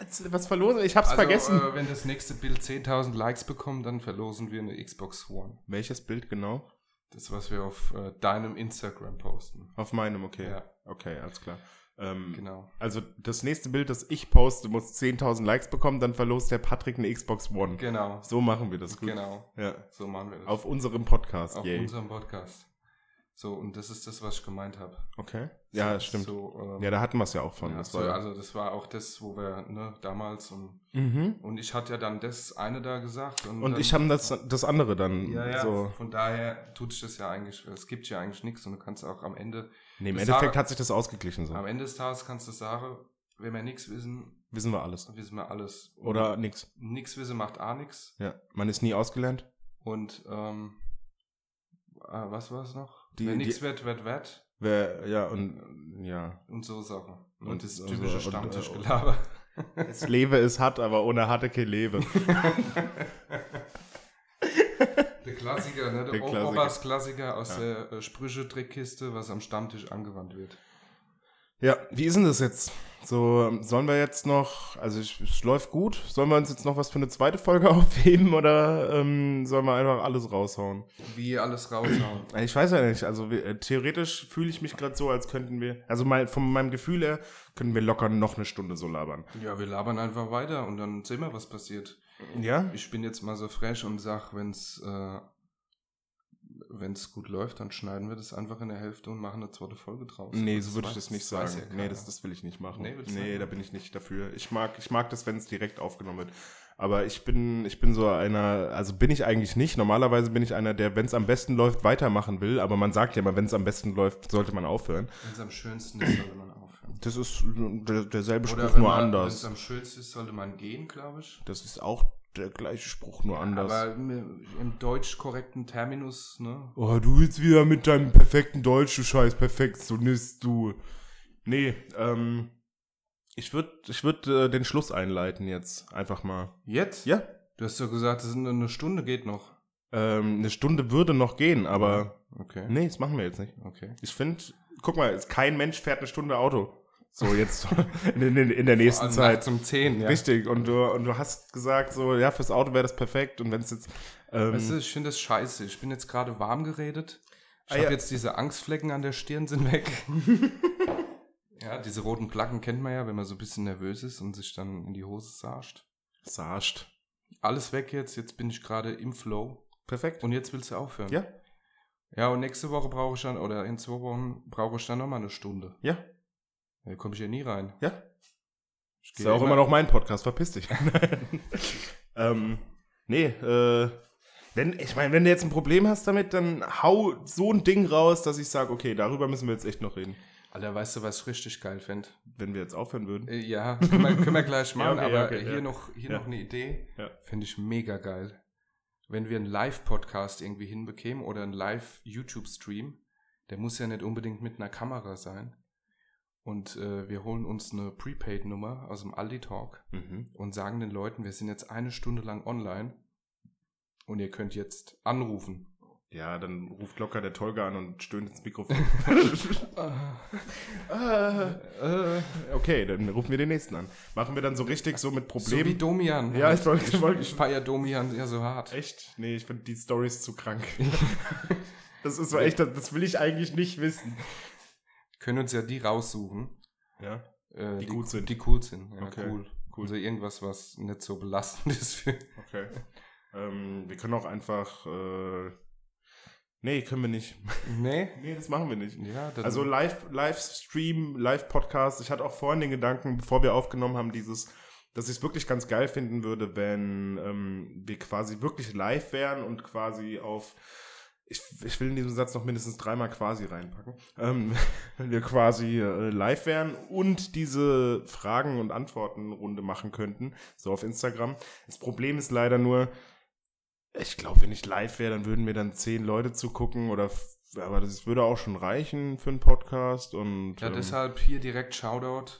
Speaker 1: was, was verlosen? Ich hab's vergessen.
Speaker 2: äh, wenn das nächste Bild 10.000 Likes bekommt, dann verlosen wir eine Xbox One.
Speaker 1: Welches Bild genau?
Speaker 2: Das, was wir auf äh, deinem Instagram posten.
Speaker 1: Auf meinem, okay.
Speaker 2: Ja.
Speaker 1: Okay, alles klar. Ähm,
Speaker 2: Genau.
Speaker 1: Also das nächste Bild, das ich poste, muss 10.000 Likes bekommen, dann verlost der Patrick eine Xbox One.
Speaker 2: Genau.
Speaker 1: So machen wir das. Gut.
Speaker 2: Genau.
Speaker 1: Ja.
Speaker 2: So machen wir das.
Speaker 1: Auf unserem Podcast.
Speaker 2: auf
Speaker 1: Yay.
Speaker 2: unserem Podcast. So, und das ist das, was ich gemeint habe.
Speaker 1: okay. Ja, stimmt.
Speaker 2: So, ähm,
Speaker 1: Ja, da hatten wir es ja auch von.
Speaker 2: ja,
Speaker 1: das
Speaker 2: so,
Speaker 1: war, ja-
Speaker 2: also das war auch das, wo wir ne, damals und,
Speaker 1: mhm.
Speaker 2: und ich hatte ja dann das eine da gesagt und,
Speaker 1: Und
Speaker 2: dann,
Speaker 1: ich habe das, das andere dann
Speaker 2: ja, ja,
Speaker 1: so.
Speaker 2: von daher tut sich das ja eigentlich, es gibt ja eigentlich nichts und du kannst auch am Ende,
Speaker 1: Nee, im
Speaker 2: Das
Speaker 1: Endeffekt
Speaker 2: Sarah-
Speaker 1: hat sich das ausgeglichen so.
Speaker 2: am Ende des Tages kannst du sagen, wenn wir nichts wissen,
Speaker 1: Wissen wir alles.
Speaker 2: wissen wir alles. Und
Speaker 1: Oder nix.
Speaker 2: nichts wissen macht auch nichts
Speaker 1: Ja. Man ist nie ausgelernt.
Speaker 2: und ähm, äh, was war es noch?
Speaker 1: Die-
Speaker 2: wenn
Speaker 1: die-
Speaker 2: nichts wird, wird, wird.
Speaker 1: Wer, ja, und ja.
Speaker 2: Und so Sachen. Und,
Speaker 1: Und
Speaker 2: das
Speaker 1: so-
Speaker 2: typische
Speaker 1: und, äh,
Speaker 2: Stammtischgelaber.
Speaker 1: Es lebe es hat, aber ohne hatte kein Lebe.
Speaker 2: Der Klassiker, ne? Der,
Speaker 1: Der
Speaker 2: O-
Speaker 1: Klassiker.
Speaker 2: Oberst-Klassiker
Speaker 1: Ja.
Speaker 2: aus der äh, Sprüche-Trickkiste, was am Stammtisch angewandt wird.
Speaker 1: Ja, wie ist denn das jetzt? So, ähm, sollen wir jetzt noch, also ich, es läuft gut, sollen wir uns jetzt noch was für eine zweite Folge <laughs> aufheben oder ähm, sollen wir einfach alles raushauen?
Speaker 2: Wie alles raushauen.
Speaker 1: <clears throat> Ich weiß ja nicht, also wir, äh, theoretisch fühle ich mich gerade so, als könnten wir, also mein, von meinem Gefühl her, könnten wir locker noch eine Stunde so labern.
Speaker 2: ja, wir labern einfach weiter und dann sehen wir, was passiert.
Speaker 1: Ja?
Speaker 2: Ich bin jetzt mal so frech und sag, wenn's, äh, wenn's gut läuft, dann schneiden wir das einfach in der Hälfte und machen eine zweite Folge draus.
Speaker 1: Nee,
Speaker 2: Und
Speaker 1: so würde ich
Speaker 2: weiß-
Speaker 1: das nicht
Speaker 2: weiß
Speaker 1: sagen.
Speaker 2: ja
Speaker 1: nee,
Speaker 2: keiner.
Speaker 1: das, das will ich nicht machen.
Speaker 2: Nee,
Speaker 1: Nee,
Speaker 2: willst du nicht?
Speaker 1: da bin ich nicht dafür. Ich mag, ich mag das, wenn es direkt aufgenommen wird. Aber ich bin, ich bin so einer, also bin ich eigentlich nicht. Normalerweise bin ich einer, der, wenn es am besten läuft, weitermachen will. Aber man sagt ja immer, wenn es am besten läuft, sollte man aufhören.
Speaker 2: Wenn's am schönsten ist, sollte man aufhören.
Speaker 1: Das ist der, derselbe
Speaker 2: Oder
Speaker 1: Spruch,
Speaker 2: wenn
Speaker 1: nur
Speaker 2: man-
Speaker 1: anders.
Speaker 2: wenn's am schönsten ist, sollte man gehen, glaube ich.
Speaker 1: Das ist auch der gleiche Spruch, nur anders.
Speaker 2: Aber im im deutsch korrekten Terminus, ne?
Speaker 1: Oh, du jetzt wieder mit deinem perfekten Deutsch, du scheiß Perfektionist, du. Nee, ähm, ich würde ich würd, äh, den Schluss einleiten jetzt, einfach mal.
Speaker 2: Jetzt?
Speaker 1: Ja,
Speaker 2: Du hast doch gesagt, es ist nur eine Stunde geht noch.
Speaker 1: ähm, eine Stunde würde noch gehen, aber
Speaker 2: Okay.
Speaker 1: nee, das machen wir jetzt nicht.
Speaker 2: Okay.
Speaker 1: Ich finde, guck mal, ist- kein Mensch fährt eine Stunde Auto. So jetzt <laughs> in, in, in der nächsten
Speaker 2: Also
Speaker 1: Zeit.
Speaker 2: nachts um 10, ja.
Speaker 1: Richtig, und du, und du hast gesagt, so, ja, fürs Auto wäre das perfekt. Und wenn es jetzt. Ähm,
Speaker 2: Weißt du, ich finde das scheiße. Ich bin jetzt gerade warm geredet. Ich
Speaker 1: Ah,
Speaker 2: habe
Speaker 1: ja.
Speaker 2: jetzt diese Angstflecken an der Stirn sind
Speaker 1: <laughs>
Speaker 2: weg. ja, diese roten Placken kennt man ja, wenn man so ein bisschen nervös ist und sich dann in die Hose sarscht.
Speaker 1: sarscht.
Speaker 2: Alles weg jetzt. Jetzt bin ich gerade im Flow.
Speaker 1: Perfekt.
Speaker 2: Und jetzt willst du aufhören.
Speaker 1: Ja.
Speaker 2: Ja, und nächste Woche brauche ich dann, oder in zwei Wochen brauche ich dann nochmal eine Stunde.
Speaker 1: Ja.
Speaker 2: Da komme ich ja nie rein.
Speaker 1: Ja.
Speaker 2: Ich
Speaker 1: Ist
Speaker 2: gehe
Speaker 1: ja auch immer noch mein Podcast, verpiss dich. <laughs> ähm, nee, äh, wenn, ich meine, wenn du jetzt ein Problem hast damit, dann hau so ein Ding raus, dass ich sage, okay, darüber müssen wir jetzt echt noch reden.
Speaker 2: Alter, weißt du, was ich richtig geil fände?
Speaker 1: Wenn wir jetzt aufhören würden. <laughs>
Speaker 2: Äh, Ja, können wir, können wir gleich machen,
Speaker 1: Ja, okay,
Speaker 2: aber
Speaker 1: okay,
Speaker 2: hier,
Speaker 1: ja.
Speaker 2: noch, hier
Speaker 1: Ja.
Speaker 2: noch eine Idee.
Speaker 1: Ja.
Speaker 2: Finde ich mega geil. Wenn wir einen Live-Podcast irgendwie hinbekämen oder einen Live-YouTube-Stream, der muss ja nicht unbedingt mit einer Kamera sein. Und äh, wir holen uns eine Prepaid-Nummer aus dem Aldi-Talk
Speaker 1: Mhm.
Speaker 2: und sagen den Leuten, wir sind jetzt eine Stunde lang online und ihr könnt jetzt anrufen.
Speaker 1: Ja, dann ruft locker der Tolga an und stöhnt ins <laughs> Mikrofon. Äh, äh, okay, dann rufen wir den nächsten an. Machen wir dann so richtig so mit
Speaker 2: So wie
Speaker 1: Problemen.
Speaker 2: Domian.
Speaker 1: ja, ich wollte, ich wollte,
Speaker 2: ich feiere Domian ja so hart.
Speaker 1: Echt? Nee, ich finde die Stories zu <laughs> krank. das ist so echt, das, das will ich eigentlich nicht wissen.
Speaker 2: Können uns ja die raussuchen.
Speaker 1: Ja.
Speaker 2: äh,
Speaker 1: Die gut sind.
Speaker 2: Die cool sind, ja,
Speaker 1: Okay,
Speaker 2: cool. Also irgendwas, was nicht so belastend <laughs> ist für.
Speaker 1: Okay. Ähm, wir können auch einfach. Äh, nee, können wir nicht. <laughs>
Speaker 2: Nee?
Speaker 1: nee, das machen wir nicht.
Speaker 2: Ja, dann,
Speaker 1: Also live, Livestream, Live-Podcast. Ich hatte auch vorhin den Gedanken, bevor wir aufgenommen haben, dieses, dass ich es wirklich ganz geil finden würde, wenn ähm, wir quasi wirklich live wären und quasi auf. Ich, ich will in diesem Satz noch mindestens dreimal quasi reinpacken. Ähm, wenn wir quasi äh, live wären und diese Fragen- und Antworten-Runde machen könnten, so auf Instagram. Das Problem ist leider nur, ich glaube, wenn ich live wäre, dann würden mir dann zehn Leute zugucken oder f- aber das würde auch schon reichen für einen Podcast und
Speaker 2: ja,
Speaker 1: ähm,
Speaker 2: deshalb hier direkt Shoutout.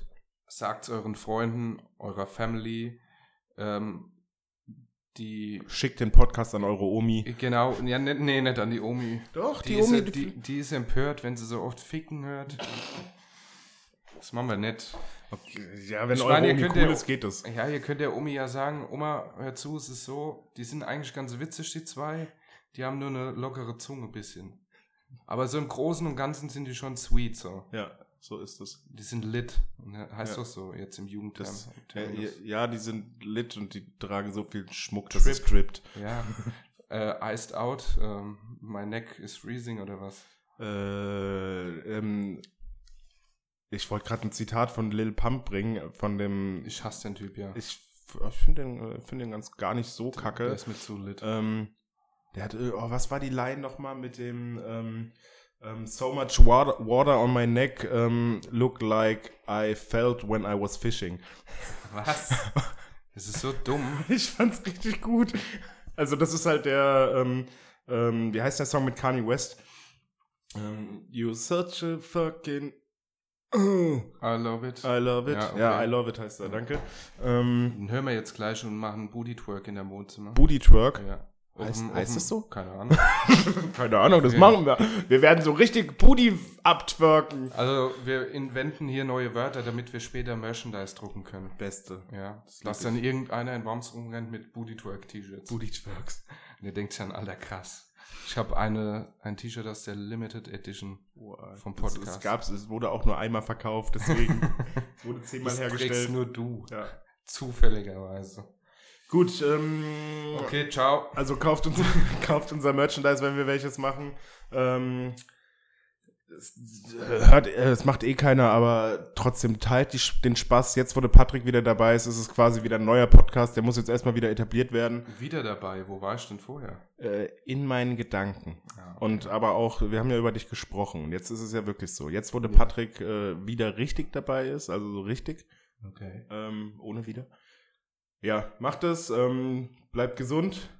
Speaker 2: Sagt's euren Freunden, eurer Family, ähm, die.
Speaker 1: schickt den Podcast an eure Omi.
Speaker 2: Genau, ja, nee, nee, nicht an die Omi.
Speaker 1: Doch,
Speaker 2: Die, ist, ja- die, die ist empört, wenn sie so oft ficken hört. Das machen wir nicht.
Speaker 1: ja, wenn
Speaker 2: Ich
Speaker 1: eure
Speaker 2: meine, ihr
Speaker 1: Omi
Speaker 2: könnt
Speaker 1: cool
Speaker 2: ja-
Speaker 1: ist, geht es.
Speaker 2: Ja, ihr könnt der Omi ja sagen, Oma, hör zu, es ist so, die sind eigentlich ganz witzig, die zwei. Die haben nur eine lockere Zunge bisschen. Aber so im Großen und Ganzen sind die schon sweet, so.
Speaker 1: Ja, so ist es.
Speaker 2: Die sind lit. Ne? Heißt
Speaker 1: Ja.
Speaker 2: doch so, jetzt im Jugendterm.
Speaker 1: Das- äh, Ja, ja,
Speaker 2: Terminus.
Speaker 1: ja, die sind lit und die tragen so viel Schmuck, dass es
Speaker 2: Trip.
Speaker 1: trippt. <laughs>
Speaker 2: ja. äh, iced out, ähm, my neck is freezing oder was?
Speaker 1: Äh, ähm, ich wollte gerade ein Zitat von Lil Pump bringen, von dem.
Speaker 2: Ich hasse den Typ, ja.
Speaker 1: Ich, ich finde den, äh, find den ganz gar nicht so
Speaker 2: Der
Speaker 1: kacke.
Speaker 2: ist mit zu lit.
Speaker 1: Ähm, der hat, äh, oh, was war die Line nochmal mit dem ähm, ähm, So much water, water on my neck ähm, looked like I felt when I was fishing. <laughs>
Speaker 2: Was? Das ist so dumm.
Speaker 1: Ich fand's richtig gut. Also das ist halt der, ähm, ähm, wie heißt der Song mit Kanye West? Ähm, You're such a fucking... Oh,
Speaker 2: I love it.
Speaker 1: I love it. Ja,
Speaker 2: Ja, okay.
Speaker 1: I love it heißt er, danke. Ähm,
Speaker 2: Dann hören wir jetzt gleich und machen Booty Twerk in der Wohnzimmer.
Speaker 1: Booty Twerk.
Speaker 2: Ja.
Speaker 1: Heißt- heißt es so?
Speaker 2: Keine Ahnung.
Speaker 1: Keine Ahnung, das
Speaker 2: Okay.
Speaker 1: machen wir. Wir werden so richtig Booty abtwerken.
Speaker 2: Also wir inventen hier neue Wörter, damit wir später Merchandise drucken können.
Speaker 1: Beste.
Speaker 2: Ja.
Speaker 1: lieb
Speaker 2: Lass dann irgendeiner in Worms rumrennt mit Booty Twerk T-Shirts.
Speaker 1: Booty Twerks.
Speaker 2: Und der denkt dann, alter krass. Ich habe eine ein T-Shirt aus der Limited Edition. Vom Podcast.
Speaker 1: Es, es, gab's, es wurde auch nur einmal verkauft, <laughs> deswegen es wurde zehnmal
Speaker 2: Das trägst
Speaker 1: hergestellt.
Speaker 2: nur du.
Speaker 1: Ja.
Speaker 2: Zufälligerweise.
Speaker 1: Gut, ähm,
Speaker 2: Okay, ciao.
Speaker 1: <laughs> also kauft, uns, kauft unser Merchandise, wenn wir welches machen. Ähm, es, äh, hört, äh, es macht eh keiner, aber trotzdem teilt die, Sch- den Spaß. Jetzt, wo der Patrick wieder dabei ist, ist es quasi wieder ein neuer Podcast. Der muss jetzt erstmal wieder etabliert werden.
Speaker 2: Wieder dabei. Wo war ich denn vorher?
Speaker 1: Äh, in meinen Gedanken.
Speaker 2: Ja.
Speaker 1: Und aber auch, wir haben ja über dich gesprochen. Und jetzt ist es ja wirklich so. Jetzt, wo der Patrick äh, wieder richtig dabei ist, also so richtig,
Speaker 2: Okay.
Speaker 1: ähm, ohne wieder. Ja, macht es, ähm, bleibt gesund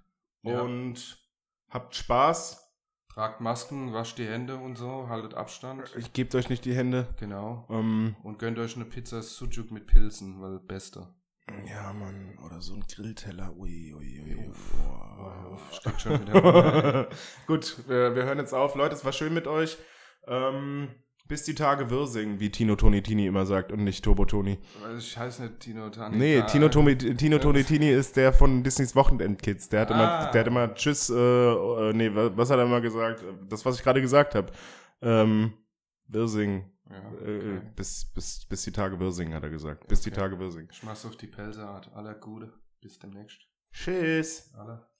Speaker 2: Ja.
Speaker 1: und habt Spaß.
Speaker 2: Tragt Masken, wascht die Hände und so, haltet Abstand.
Speaker 1: Ich gebt euch nicht die Hände.
Speaker 2: Genau.
Speaker 1: Ähm,
Speaker 2: Und gönnt euch eine Pizza Sujuk mit Pilzen, weil Beste.
Speaker 1: ja, Mann. Oder so ein Grillteller. Ui, ui, ui. ui.
Speaker 2: Oh, steht schon wieder. Hunger, ey.
Speaker 1: <laughs> Gut, wir, wir hören jetzt auf. Leute, es war schön mit euch. Ähm, bis die Tage Wirsing, wie Tino Tonitini immer sagt und nicht Turbo Toni.
Speaker 2: Also ich heiße nicht Tino Tani.
Speaker 1: Nee,
Speaker 2: Ah,
Speaker 1: Tino, Tomi, Tino Tonitini ist der von Disneys Wochenendkids. Der hat
Speaker 2: Ah.
Speaker 1: immer, der hat immer Tschüss, äh, äh, nee, wa- was hat er immer gesagt? Das, was ich gerade gesagt habe. Ähm, Wirsing,
Speaker 2: Ja,
Speaker 1: äh,
Speaker 2: okay.
Speaker 1: bis, bis, bis die Tage Wirsing, hat er gesagt. Bis die
Speaker 2: Okay.
Speaker 1: Tage Wirsing.
Speaker 2: Ich mach's auf die Pelze, Art. Aller Gute. Bis demnächst.
Speaker 1: Tschüss.
Speaker 2: Aller.